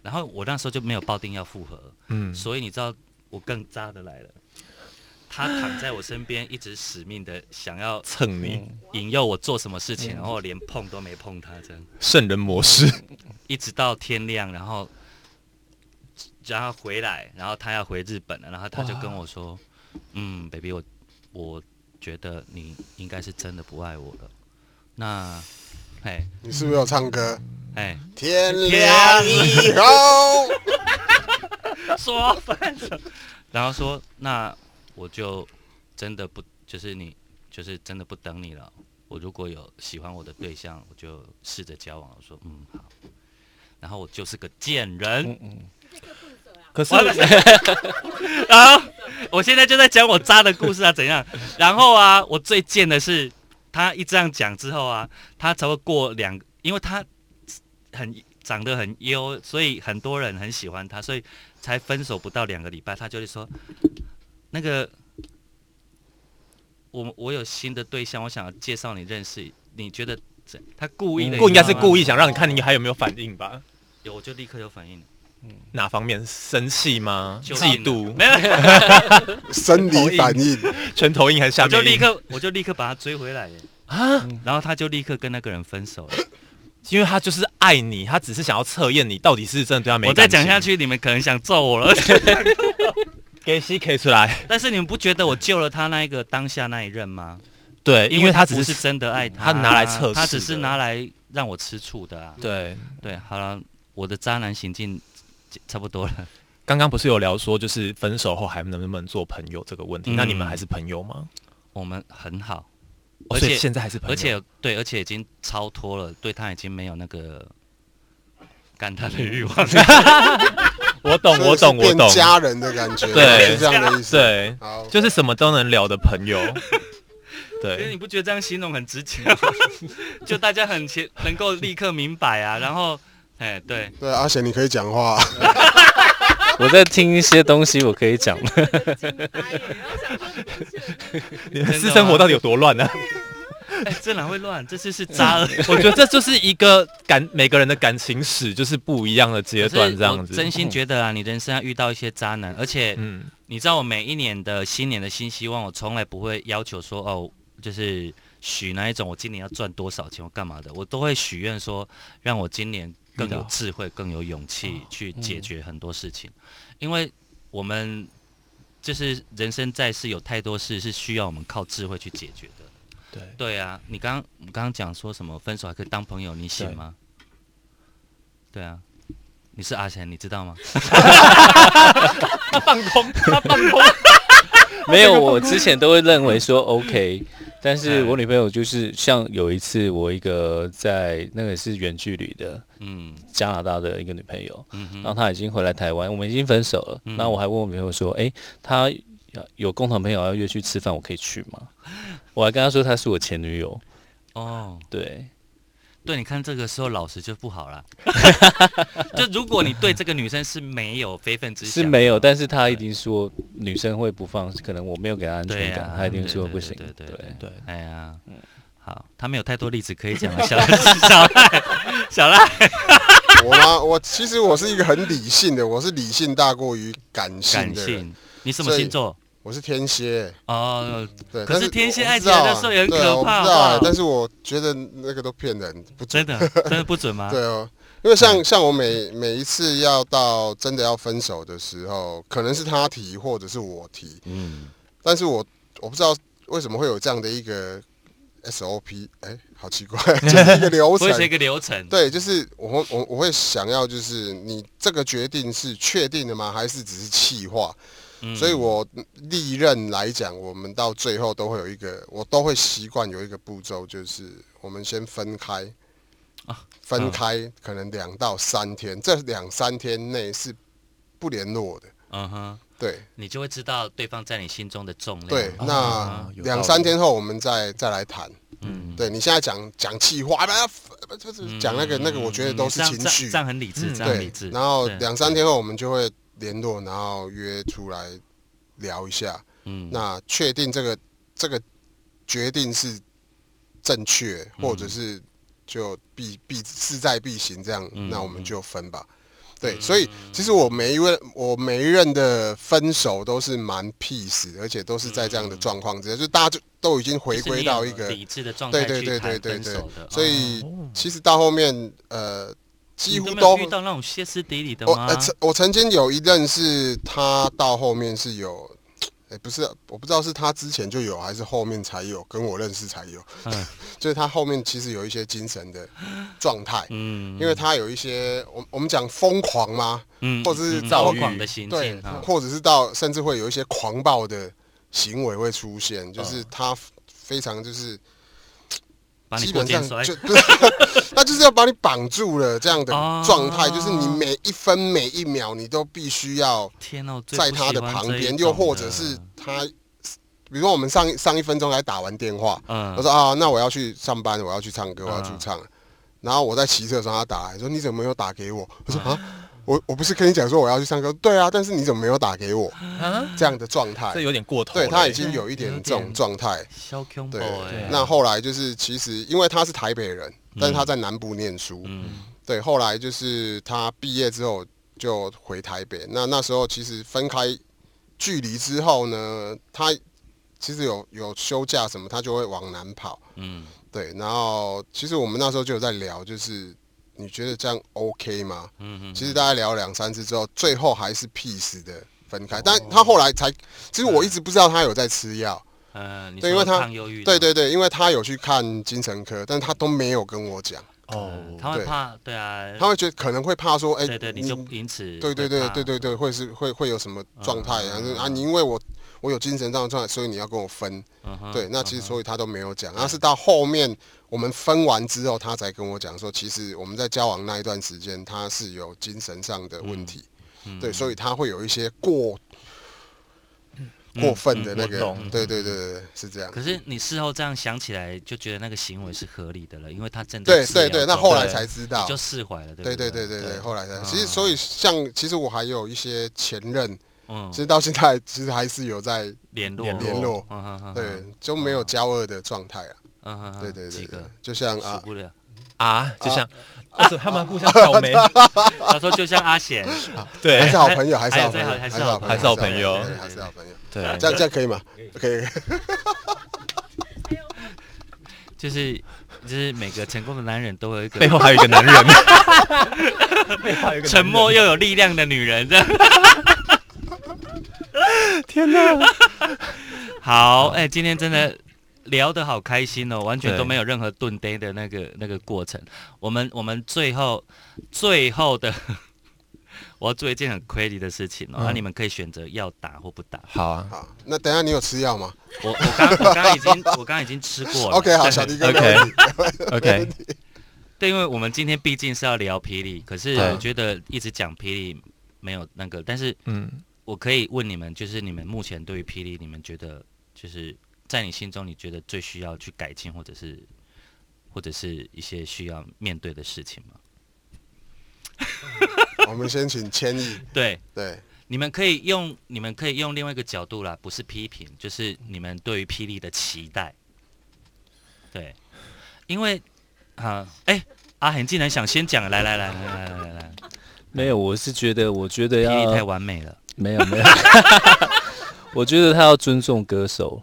然后我那时候就没有抱定要复合，
嗯，
所以你知道我更渣的来了，他躺在我身边，一直死命的想要
蹭你
引诱我做什么事
嗯
情，然后我连碰都没碰他这样。
圣人模式。
一直到天亮，然后然后回来，然后他要回日本了，然后他就跟我说：“嗯，baby，我我觉得你应该是真的不爱我了。”那，哎
你是不是有唱歌？
哎，
天亮以后，
说分手，然后说：“那我就真的不，就是你，就是真的不等你了。我如果有喜欢我的对象，我就试着交往。”我说：“嗯，好。”然后我就是个贱人。
嗯可
[LAUGHS]
是
然后啊我现在就在讲我渣的故事啊，怎样？
[LAUGHS]
然后啊，我最贱的是，他一这样讲之后啊，他才会过两，因为他很长得很优，所以很多人很喜欢他，所以才分手不到两个礼拜，他就会说，那个我我有新的对象，我想要介绍你认识，你觉得怎？他故意的，
嗯故应该是故
意
意想让你看你还有没有反应吧？
有，我就立刻有反应了，
哪方面？生气吗？
就
嫉妒？
没有，
生理反应，
拳头硬还是下
我
面硬？
就立刻我就立刻把他追回来耶。
啊！
然后他就立刻跟那个人分手了。
因为他就是爱你，他只是想要测验你到底是真的对他没。
我再讲下，去，你们可能想揍
[LAUGHS]
我了，
给 C K 出来。
但是你们不觉得我救了他那一个当下那一任吗？
对，呃因为他
不
只
是
是
真的爱他，
他拿来测试的
他只是拿来让我吃醋的啊。
对。
对，好了，我的渣男行径差不多了。
刚刚不是有聊说，就是分手后还能不能做朋友这个问题？
嗯
那你们还是朋友吗？
我们很好，
哦
而
所以
且
现在还是朋友，
而且对，而且已经超脱了，对他已经没有那个干他的欲望。
我懂，
哦
我懂，我
所以是
懂
变，家人的感觉，
对
是这样的意思。
对，
好，
就是什么都能聊的
[LAUGHS]
朋友，
可是你
对，
不觉得这样形容很直
[LAUGHS]
接吗？就大家很切能够立刻明白
[LAUGHS]
啊。然后，哎，对，
对，而且你可以讲话，
[LAUGHS]
[LAUGHS]
我在听一些东西，我可
[LAUGHS]
以讲。
你们私生活到底有多乱呢、啊
[LAUGHS] 哎，这哪会乱？这次是渣而已。
嗯 [LAUGHS] 我觉得这就是一个感每个人的感情史，就是不一样的阶
可
段
是
这样
我
子。
真心觉得啊，你人生要遇到一些渣男，而且
嗯，
你知道，我每一年的新年的新希望，我从来不会要求说哦，就是许那一种我今年要赚多少钱，我干嘛的，我都会许愿说，让我今年更有智慧、更有勇气去解决很多事情，因为我们就是人生在世，有太多事是需要我们靠智慧去解决的。
对，
对啊，你刚我们刚刚讲说什么分手还可以当朋友，你信吗？对啊，你是阿贤，你知道吗？
他放空，他放空，
没有，我之前都会认为说 OK，但是
嗯
我女朋友就是像有一次，我一个在那个是远距离的
嗯
加拿大的一个女朋友，
嗯哼嗯
然后她已经回来台湾，我们已经分手了。那我还问我女朋友说，诶，她呃有共同朋友要约去吃饭，我可以去吗？ [LAUGHS] 我还跟她说她是我前女友，
哦，
对，
对，你看这个时候老实就不
[LAUGHS]
好了。就如果你对这个女生是没有非分之想，
是没有，但是她一定说女生会不放，可能我没有给她安
对
全
啊
感，她一定
对
说
对
不
对
行，
对对对
对，
哎呀，
嗯
好，他们有太多例子可以讲了。小小赖，小赖，
我吗？我其实我是一个很理性的，我是理性大过于感性
感
的人，
性，你什么星座？
我是天蝎。
哦，
对，
可
但
是
是
天蝎
我
爱
不
起来
知道
的
啊
时候也很
对啊
可
我不
怕
知道
好
啊
不好，
但是我觉得那个都骗人，不准
真的真的不准吗？
对哦，因为像像我每每一次要到真的要分手的时候，可能是他提或者是我提，
嗯，
但是我我不知道为什么会有这样的一个 SOP，哎、好奇怪，就是一个流程
会。是一个流程。
对，就是我会我我会想要，就是你这个决定是确定的吗？还是只是气话？
嗯
所以我历任来讲，我们到最后都会有一个，我都会习惯有一个步骤，就是我们先分开，
啊嗯
分开可能两到三天，这两三天内是不联络的。
嗯哼，
对
你就会知道对方在你心中的重量。
对，那
有道理
两三天后我们再再来谈。
嗯，
对你现在讲讲气话，不要不不不讲那个那个，我觉得都是
嗯这样
情
这样
绪
这。样很理智，
嗯
这样很理
对
智。，
然后
对
两三天后我们就会联络，然后约出来聊一下。
嗯，
那确定这个这个决定是正确，或者是就必必势在必行这样，
嗯
那我们
嗯
就分吧。对，所以其实我每一位我每一任的分手都是蛮 peace，的而且都是在这样的状况之下，就大家就都已经回
就是
归
你
到
有
一个
理智的状态
对对对
去谈
对对
分
对
手的，嗯
所以
哦
其实到后面呃几
你
乎
都没
都
有遇到那种歇斯底里的
我
吗
呃？曾我曾经有一任是他到后面是有，哎、不是我不知道是他之前就有还是后面才有，跟我认识才有，
嗯
[LAUGHS] 就是他后面其实有一些精神的状态，
嗯，
因为他有一些我我们讲疯狂嘛，
嗯，
或者是
嗯
躁
躁
郁
狂的行
对
径，啊，
或者是到甚至会有一些狂暴的行为会出现，就是他非常就是
嗯把你
基
过
本
肩
上
摔。
就不是，他就是 [LAUGHS] 要把你绑住了这样的
哦
状态，就是你每一分每一秒你都必须要。
天哦，最
在
不
他
喜
的
欢
旁
这一
边，
种
又或者
的
是他，比如说我们上上一分钟才打完电话，
嗯，
他说啊，那我要去上班，我要去唱歌，我要驻
嗯
唱。然后我在骑车的时候，他打来说你怎么没有打给我？我
嗯
说啊，我我不是跟你讲说我要去唱歌？对啊，但是你怎么没有打给我？
嗯
啊，
这样的状态
这，有点过头了。
哎对他已经有一点
有
这种
点
状态。
小 Q
对
boy，，
那后来就是其实因为他是台北人，但是他在南部念书，
嗯
对，后来就是他毕业之后就回台北。那那时候其实分开距离之后呢，他其实有有休假什么，他就会往南跑。
嗯
对，然后其实我们那时候就有在聊，就是你觉得这样 OK 吗？
嗯嗯，
其实大概聊两三次之后，最后还是 peace 的分
哦
开。但他后来才，其实我一直不知道他有在吃药。
呃，你说
对因为他
抗忧郁的
对
吗，
对对，因为他有去看精神科，但他都没有跟我讲，
嗯
哦，
他会
对
怕，对啊，
他会觉得可能会怕说，哎，
对对，你就因此
对对对
会怕
对，对对，会是会会有什么状态啊？
嗯
就是啊，你因为我我有精神上的状态，所以你要跟我分。
嗯哼
对，那
嗯
其实
哼
所以他都没有讲，那是到后面我们分完之后，他才跟我讲说，其实我们在交往那一段时间，他是有精神上的问题，
嗯
对，所以他会有一些过
嗯
过分的那个
我懂，
对对对对，对是这样。
可是你事后这样想起来，就觉得那个行为是合理的了，因为他正在
对
治
对
疗
对，那
中
后来
对
才知道
你就，释怀了，对
对
不
对
对
对对对，后来才。
嗯
其实所以像，其实我还有一些前任，
嗯
其，实到现在其实还是有在
联络
联
联络
嗯哼哼哼
对，，就没有交恶的状态啊。
嗯哼哼
对对对，
几
对
个
就像
数
啊，
不了。
啊，就像啊，怎么他们互相挑
[LAUGHS]
眉，
他说就像阿贤，
对
还是好朋友，还是好朋友，
还
还
是
是
好
好
朋
朋
友
友，
还是好朋友嗯
对还是好朋友。
对
这样这样可以吗？可以。
就是就是每个成功的男人都有一
背
个
后还有一个男人， [LAUGHS] 背后还有一个男人
[LAUGHS] 沉默，又有力量的女人，这样。
[LAUGHS] 天哪！
好，哎、今天真的聊得好开心哦，完全
对
都没有任何顿呆的那个那个过程。我们我们最后最后的， [LAUGHS] 我要做一件很 crazy 的事情哦，那、
嗯
你们可以选择要打或不打。
好啊，
[LAUGHS] 好，那等一下你有吃药吗
我我刚我刚刚已经我刚刚已经吃过了。
[LAUGHS] ？OK，好，小迪哥。
OK [LAUGHS] OK，
对，因为我们今天毕竟是要聊霹雳，可是
对
我觉得一直讲霹雳没有那个，但是
嗯，
我可以问你们，就是你们目前对于霹雳，你们觉得就是在你心中，你觉得最需要去改进，或者是或者是一些需要面对的事情吗？
我们先请千亿，
对，
对，
你们可以用你们可以用另外一个角度啦，不是批评，就是你们对于霹雳的期待。对，因为啊，哎、阿恒竟然想先讲，来来来来来来来来，
没有，我是觉得，我觉得
霹雳太
要
完美了，
[LAUGHS] 没有 [LAUGHS] 没有，我觉得他要尊重歌手，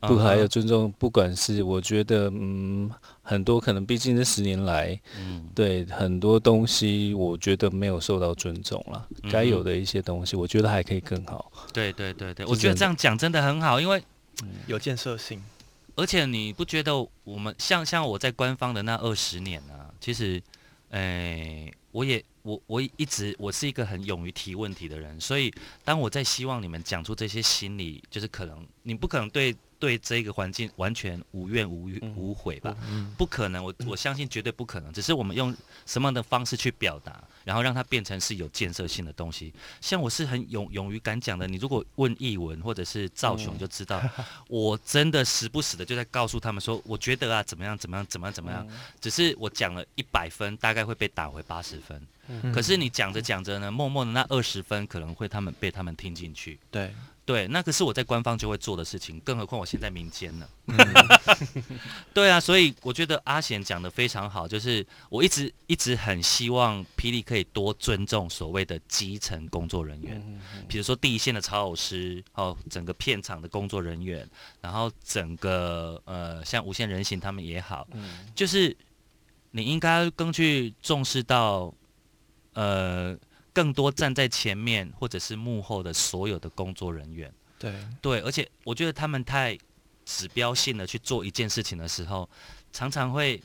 嗯
不还有尊重，不管是我觉得，嗯，很多可能毕竟这十年来，
嗯
对很多东西，我觉得没有受到尊重了
嗯哼，
该有的一些东西，我觉得还可以更好。
对对对对，
是
我觉得
这样
这样讲真的很好，因为
有建设性，
而且你不觉得我们像像我在官方的那二十年啊，其实，诶、我也我我一直我是一个很勇于提问题的人，所以当我在希望你们讲出这些心理，就是可能你不可能对对这个环境完全无怨无欲
嗯
无悔吧，不可能，我我相信绝对不可能，只是我们用什么样的方式去表达，然后让它变成是有建设性的东西。像我是很勇勇于敢讲的，你如果问译文或者是
嗯
赵雄就
[LAUGHS]
知道，我真的时不时的就在告诉他们说，我觉得啊怎么样怎么样怎么样怎么样，只是我讲了一百分，大概会被打回八十分。可是你讲着讲着呢，默默的那二十分可能会他们被他们听进去。
对，
对，那个是我在官方就会做的事情，更何况我现在民间呢。 [LAUGHS] 对啊，所以我觉得阿贤讲的非常好，就是我一直一直很希望霹雳可以多尊重所谓的基层工作人员，比如说第一线的操偶师，还有整个片场的工作人员，然后整个呃像无限人形他们也好，
嗯
就是你应该更去重视到呃更多站在前面或者是幕后的所有的工作人员。
对，
对，而且我觉得他们太指标性的去做一件事情的时候，常常会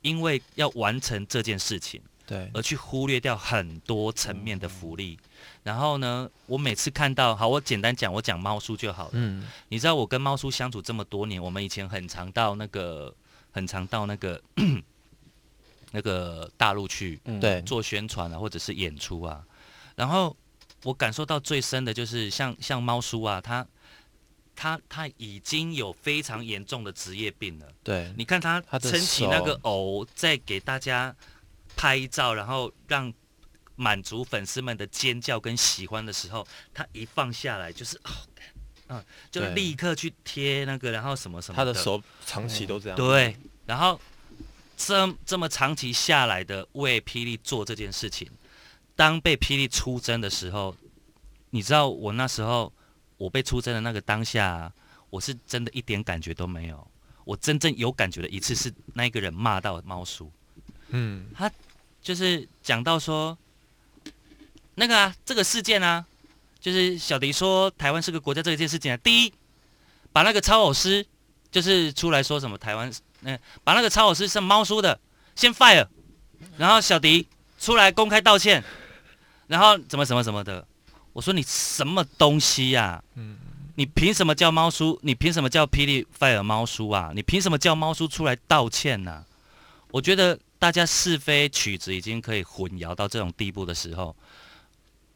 因为要完成这件事情
对，嗯
而去忽略掉很多层面的福利。然后呢，我每次看到，好，我简单讲，我讲猫叔就好了。
嗯，
你知道我跟猫叔相处这么多年，我们以前很常到那个，很常到那个 [COUGHS] 那个大陆去，
对，
做宣传啊，或者是演出啊。然后我感受到最深的就是像像猫叔啊，他他他已经有非常严重的职业病了。
对，
你看他
他的
撑起那个
手
偶，在给大家拍照，然后让满足粉丝们的尖叫跟喜欢的时候，他一放下来就是哦，嗯、就
对
立刻去贴那个，然后什么什么
他的手长期都这样，
对，然后这这么长期下来的为霹雳做这件事情，当被霹雳出征的时候，你知道我那时候我被出征的那个当下啊、我是真的一点感觉都没有。我真正有感觉的一次是那一个人骂到猫叔，
嗯，
就是讲到说，那个啊，这个事件啊，就是小迪说台湾是个国家这一件事情啊，第一，把那个超偶师，就是出来说什么台湾，嗯、把那个超偶师是猫叔的，先 fire，然后小迪出来公开道歉，然后怎么什么什么的，我说你什么东西呀、
嗯
你凭什么叫猫叔？你凭什么叫霹雳 fire 猫叔啊？你凭什么叫猫叔出来道歉啊呢、我觉得大家是非曲直已经可以混淆到这种地步的时候，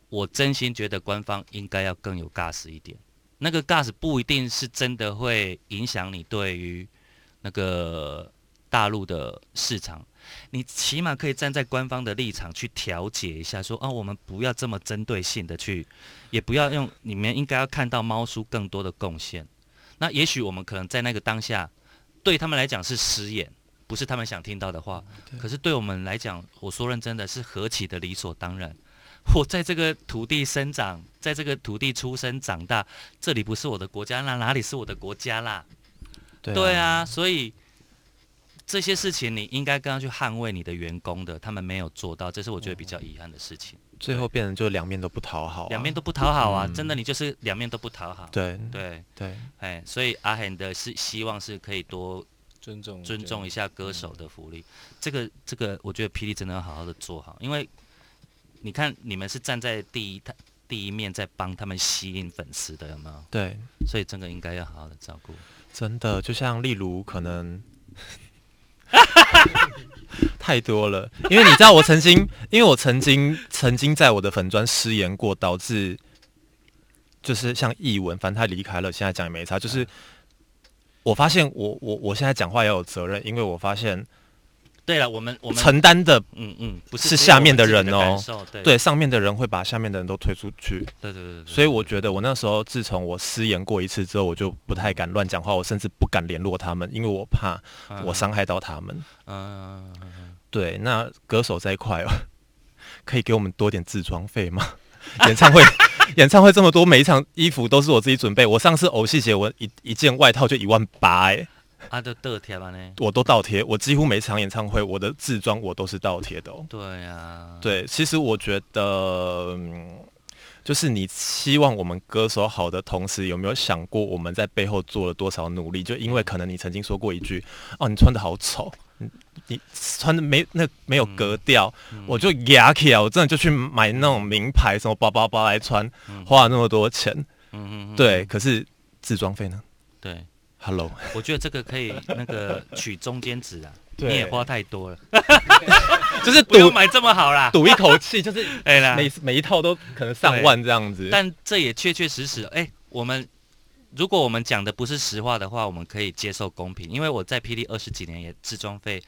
我真心觉得官方应该要更有 gas 一点。那个 gas 不一定是真的会影响你对于那个大陆的市场，你起码可以站在官方的立场去调解一下说哦，我们不要这么针对性的去，也不要用你们应该要看到猫叔更多的贡献。那也许我们可能在那个当下，对他们来讲是失言，不是他们想听到的话。
嗯
可是对我们来讲，我说认真的是何其的理所当然。 [LAUGHS] 我在这个土地生长，在这个土地出生长大，这里不是我的国家，那哪里是我的国家啦？
对
对，啊，所以这些事情你应该跟他去捍卫你的员工的，他们没有做到，这是我觉得比较遗憾的事情。
最后变成就两面都不讨好啊，
两面都不讨好啊，
嗯
真的你就是两面都不讨好。
对
对，
对，
哎，所以阿恒的是希望是可以多
尊重
尊重一
下，
下歌手的福利。这个这个，我觉得霹雳真的要好好的做好，因为你看你们是站在第一他第一面在帮他们吸引粉丝的，有没有？
对，
所以真的应该要好好的照顾。
真的，就像例如
[LAUGHS]
可能太多了，因为你知道我曾经，因为我曾经曾经在我的粉砖失言过，导致就是像译文，反正他离开了，现在讲也没差。
嗯
就是我发现我我我现在讲话也有责任，因为我发现
对了，我们我们
承担的
嗯嗯，不
是
只有
下
我们
面的
自己
人哦
感受对
对上面的人会把下面的人都推出去，
对对对对，
所以我觉得我那时候自从我失言过一次之后，我就不太敢乱讲话，我甚至不敢联络他们，因为我怕
以
我伤害到他们。
嗯嗯嗯嗯
对，那歌手这一块哦，可以给我们多点自装费吗？演唱会， [LAUGHS] 演唱会这么多，每一场衣服都是我自己准备。我上次偶戏节，我一一件外套就一万八，哎，
啊，都得贴吧呢？
我都倒贴。我几乎每一场演唱会，我的自装我都是倒贴的哦。
对啊，
对，其实我觉得，嗯就是你期望我们歌手好的同时，有没有想过我们在背后做了多少努力？就因为可能你曾经说过一句：“哦，你穿的好丑。”你你穿的没那没
嗯
有格调，我就牙起来，我真的就去买那种名牌什么包包包来穿，花了那么多钱，
嗯嗯嗯，
对，可是自装费呢
对，
？Hello，
我觉得这个可
[LAUGHS]
以那个取中间值啊，你
对
也花太多了，
[LAUGHS] 就是
不用
赌
买这么好啦。
[LAUGHS] 赌一口气，就是
[LAUGHS] 哎啦，
每每一套都可能上万这样子。
但这也确确实实，哎、我们如果我们讲的不是实话的话，我们可以接受公平，因为我在霹雳二十几年也自装费，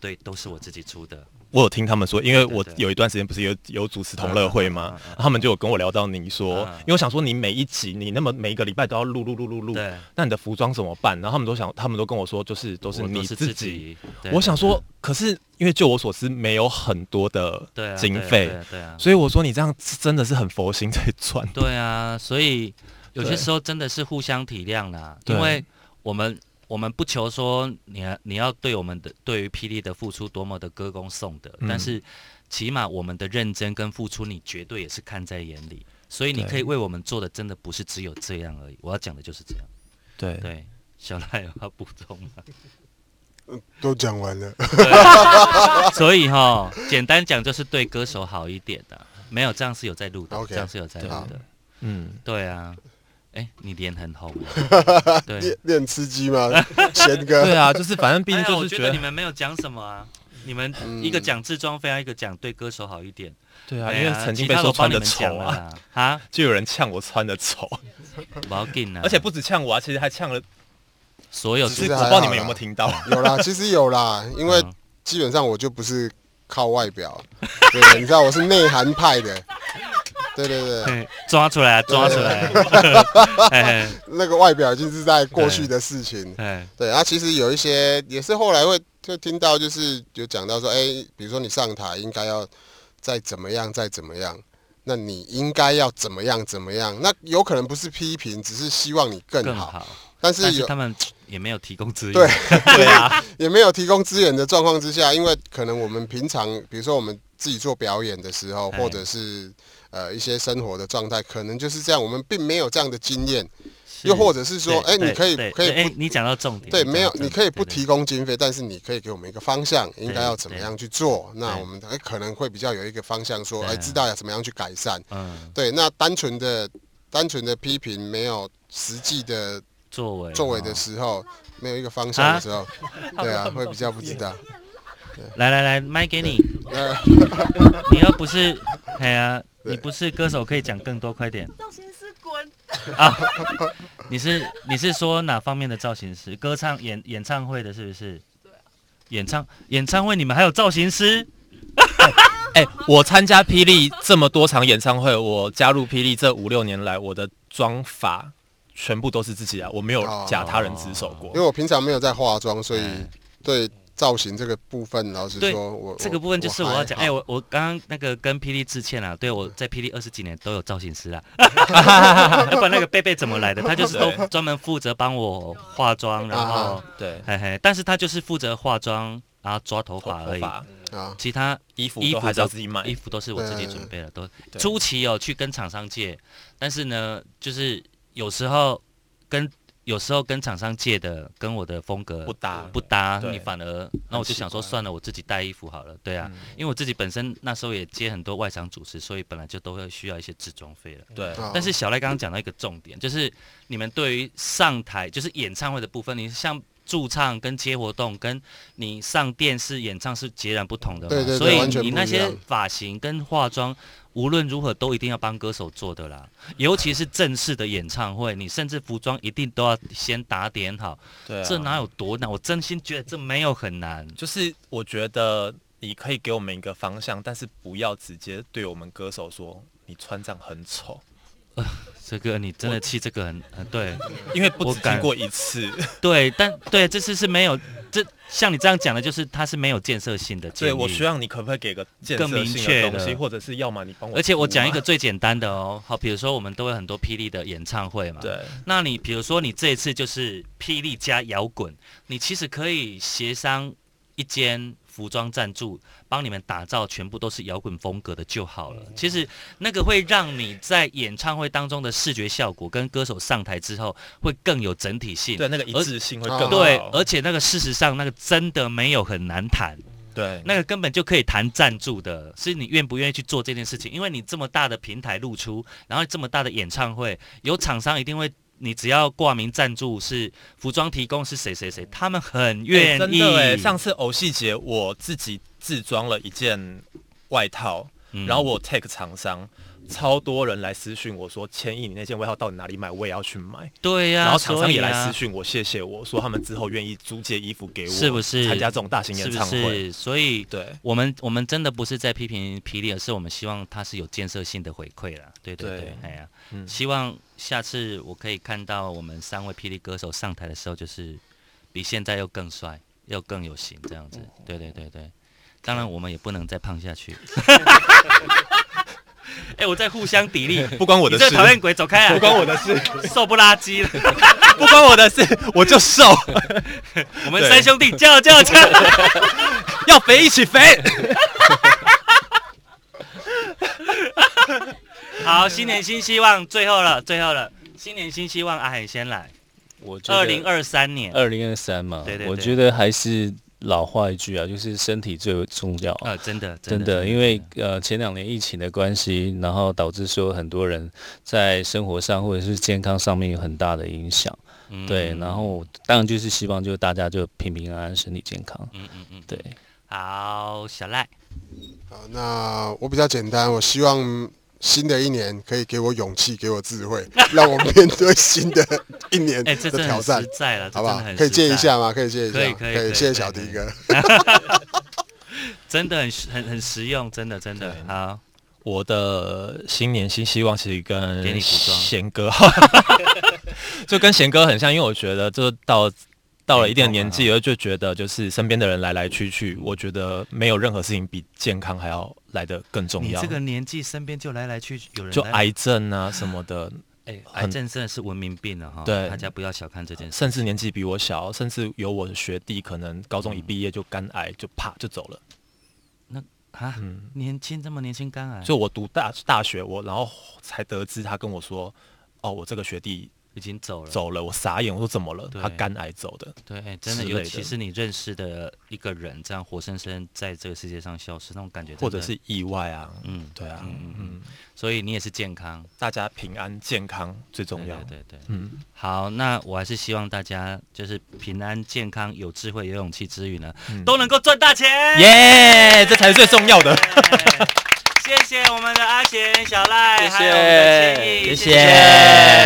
对，都是我自己出的。
我有听他们说，因为
对
我
对
有一段时间不是有有主持同乐会
嗯
吗
嗯嗯？
他们就有跟我聊到你说
嗯，
因为我想说你每一集你那么每一个礼拜都要录录录录录，
对
那你的服装怎么办？然后他们都想，他们都跟我说，就是都是
我
你
都是
自己。
己。对啊
我想说，可是因为就我所知，没有很多的
对啊，
经
对啊
费
对，啊对啊，
所以我说你这样真的是很佛心在赚。
对啊，所以有些
对
时候真的是互相体谅啦，
对
因为我们我们不求说你要你要对我们的对于霹雳的付出多么的歌功颂德，
嗯
但是起码我们的认真跟付出，你绝对也是看在眼里。所以你
对
可以为我们做的，真的不是只有这样而已。我要讲的就是这样。
对，
对，小赖有要补充吗？ [LAUGHS]
都讲完了，
所以哈，简单讲就是对歌手好一点的、啊没有这样是有在录的
OK，
这样是有在录
好
的。 [LAUGHS]
嗯，
对啊，哎、你脸很红。啊
[LAUGHS]
对，
练练吃鸡吗？ [LAUGHS] 贤哥
对，啊，就是反正毕
哎
竟
呀，
就
我
是
觉
觉
得
得
你，们没有讲什么啊，你们
嗯
一个讲自装费啊，一个讲对歌手好一点。
对啊，
哎
因为
呀
曾经
其
被
他
说
都帮
穿
你
的
们讲
丑
了
啊，
啦，啊，
就有人呛我穿的
[LAUGHS]
丑，
不要紧啊，
而且不止呛我啊，其实还呛了，
所有
只是
其
是
实
我
还
不知道
好
你们有
啦
没有听到。啊
[LAUGHS] 有啦，其实有啦，因为
嗯
基本上我就不是靠外表，对，你知道我是内涵派的，对对对，
嘿抓出来啊，抓出来
[LAUGHS]
啊，哎
那个外表已经是在过去的事情，
哎
对，啊，其实有一些也是后来会就听到，就是有讲到说，哎、比如说你上台应该要再怎么样，再怎么样，那你应该要怎么样怎么样？那有可能不是批评，只是希望你更好，
更好。
但
但
是
是
有
他们也没有提供资源，
对
对啊，
也没有提供资源的状况之下，因为可能我们平常，比如说我们自己做表演的时候，
哎
或者是呃一些生活的状态，可能就是这样，我们并没有这样的经验，
是
又或者是说，
对
哎、你
对
可以
对
可以
对哎，你讲到重点，
对，
讲
没有
到，重
你
点
可以不
对
提供经费，但是你可以给我们一个方向，应该要怎么样去做。那
对
我们哎可能会比较有一个方向说，
对
哎，知道要怎么样去改善。
嗯
对，那单纯的单纯的批评没有实际的
作为
作为的
哦
时候，没有一个方向的时候，
[LAUGHS]
对啊，会比较不知道。
来来来，麦给你，
那
你又不是哎呀，
对
你不是歌手，可以讲更多，快点。
造型师滚！
你是你是说哪方面的造型师？歌唱演演唱会的，是不是？
对啊
演唱演唱会你们还有造型师？
哎、我参加霹雳这么多场演唱会，我加入霹雳这五六年来，我的妆法全部都是自己啊，我没有假他人之手
[LAUGHS]
过。
因为我平常没有在化妆，所以
哎
对造型这个部分，老实
对
说，我
这个部分就是我
还
要讲，
好
哎、我我刚刚那个跟霹雳致歉啦，对我在霹雳二十几年都有造型
[LAUGHS]
师啦，啊不然那个贝贝怎么来的？他就是都
对
专门负责帮我化妆，然后
啊
对，
嘿嘿，但是他就是负责化妆，然后抓头
头
发而已，
发、
啊，
其他
衣服
衣
都
服
还是要
都
自己买
衣。服都是我自己准备的，都
对
初期有去跟厂商借，但是呢，就是有时候跟有时候跟厂商借的跟我的风格
不搭
不搭，
对
你反而那我就想说
很奇怪嗯
算了，我自己带衣服好了，对啊，因为我自己本身那时候也接很多外场主持，所以本来就都会需要一些制装费了。
对，
啊
但是小赖刚刚讲到一个重点，就是你们对于上台，就是演唱会的部分，你像驻唱跟接活动，跟你上电视演唱是截然不同的嘛。
对对对
所
完
以
全
你
不
那
一
些
样
发型跟化妆，无论如何都一定要帮歌手做的啦。尤其是正式的演唱会，你甚至服装一定都要先打点好。
对、啊，
这哪有多难？我真心觉得这没有很难。
就是我觉得你可以给我们一个方向，但是不要直接对我们歌手说你穿这样很丑，
这个你真的气这个很很对。
因为不
我
只
敢
听过一次。
对，但对这次是没有这像你这样讲的，就是它是没有建设性的建
[LAUGHS] 对，
议。
我希望你可不可以给个建设
更明
性
确
的东西，
的
或者是要么你帮我、
而且我讲一个，最简单的哦，好，比如说我们都会很多霹雳的演唱会嘛，。
对
那你比如说你这一次就是霹雳加摇滚，你其实可以协商一间服装赞助，帮你们打造全部都是摇滚风格的就好
嗯
了。其实那个会让你在演唱会当中的视觉效果跟歌手上台之后会更有整体性。
对那个一致性会更好。
对，而且那个事实上那个真的没有很难谈。
嗯对
那个根本就可以谈赞助的，是你愿不愿意去做这件事情。因为你这么大的平台露出，然后这么大的演唱会，有厂商一定会，你只要挂名赞助是服装提供是谁谁谁，他们很愿
欸真
意。
的哎，上次偶戏节我自己自装了一件外套，
嗯
然后我 take 厂商，超多人来私讯我说千亿你那件外套到底哪里买，我也要去买。
对呀、
然后厂商
所
也
以
来
啊
私讯我，谢谢我说他们之后愿意租借衣服给我，
是不是
参加这种大型
是
演
不
唱会？
是？所以
对
我们我们真的不是在批评霹雳，而是我们希望它是有建设性的回馈啦。对对对
对，
哎呀，
嗯
希望下次我可以看到我们三位霹雳歌手上台的时候，就是比现在又更帅，又更有型这样子。
哦
对对对对，当然我们也不能再胖下
[LAUGHS]
去。哎、我在互相砥砺。
不关我
你
的
这
事，
个讨厌鬼，走开啊！
不关我的事，
瘦不拉几了。
不关我的事，我就瘦，
我们
对
三兄弟叫叫叫！
要肥一起肥。
好，新年新希望，最后了，最后了，新年新希望，阿海先来。
[LAUGHS] 我觉得
二零二三年，
二零二三嘛，
对对对
我觉得还是老话一句啊，就是身体最为重要啊。
呃，真的，
真的，因为呃前两年疫情的关系，然后导致说很多人在生活上或者是健康上面有很大的影响，
嗯
对，然后当然就是希望就大家就平平安安，身体健康，
嗯嗯嗯，
对，
好，小赖，
好，啊那我比较简单，我希望新的一年可以给我勇气，给我智慧，
[LAUGHS]
让我面对新的一年
哎，
的
这真的
挑
很
战
实，在了，这
好不
真
好
的很？
可以借
实
一
在，
下吗？可以借一下
可以
吗，
可以可以
谢谢
可以
小
可以
迪哥。
真的很实很很实用，真的真的好，
我的新年新希望其实
给你
跟
服装
贤哥， [LAUGHS] 就跟贤哥很像，因为我觉得就到到了一定的年纪，而就觉得就是身边的人来来去去，我觉得没有任何事情比健康还要来得更重
你
要
这。个年纪身边就来来去去有人
就
来
癌症啊什么的，
哎，癌症真的是文明病了哈，
对
大家不要小看这件事，
甚至年纪比我小，甚至有我的学弟可能高中一毕业就肝癌，就啪就走了。
啊，
嗯，
年轻这么年轻肝癌，
就我读大大学，我然后才得知他跟我说，哦，我这个学弟
已经走了，
走了，我傻眼，我说怎么了？
对
他肝癌走的。
对，哎真的，
之
尤
类
其
的
是你认识的一个人，这样活生生在这个世界上消失，那种感觉真的，
或者是意外啊，
嗯，
对啊，
嗯嗯
嗯
嗯所以你也是健康，
大家平安健康最重要。
对对对。对
嗯，
好，那我还是希望大家就是平安、健康、有智慧、有勇气之余呢，
嗯
都能够赚大钱。
耶，这才是最重要
[LAUGHS]
的。
谢谢我们的阿贤、小赖，
谢谢
还有我们的千亿，
谢谢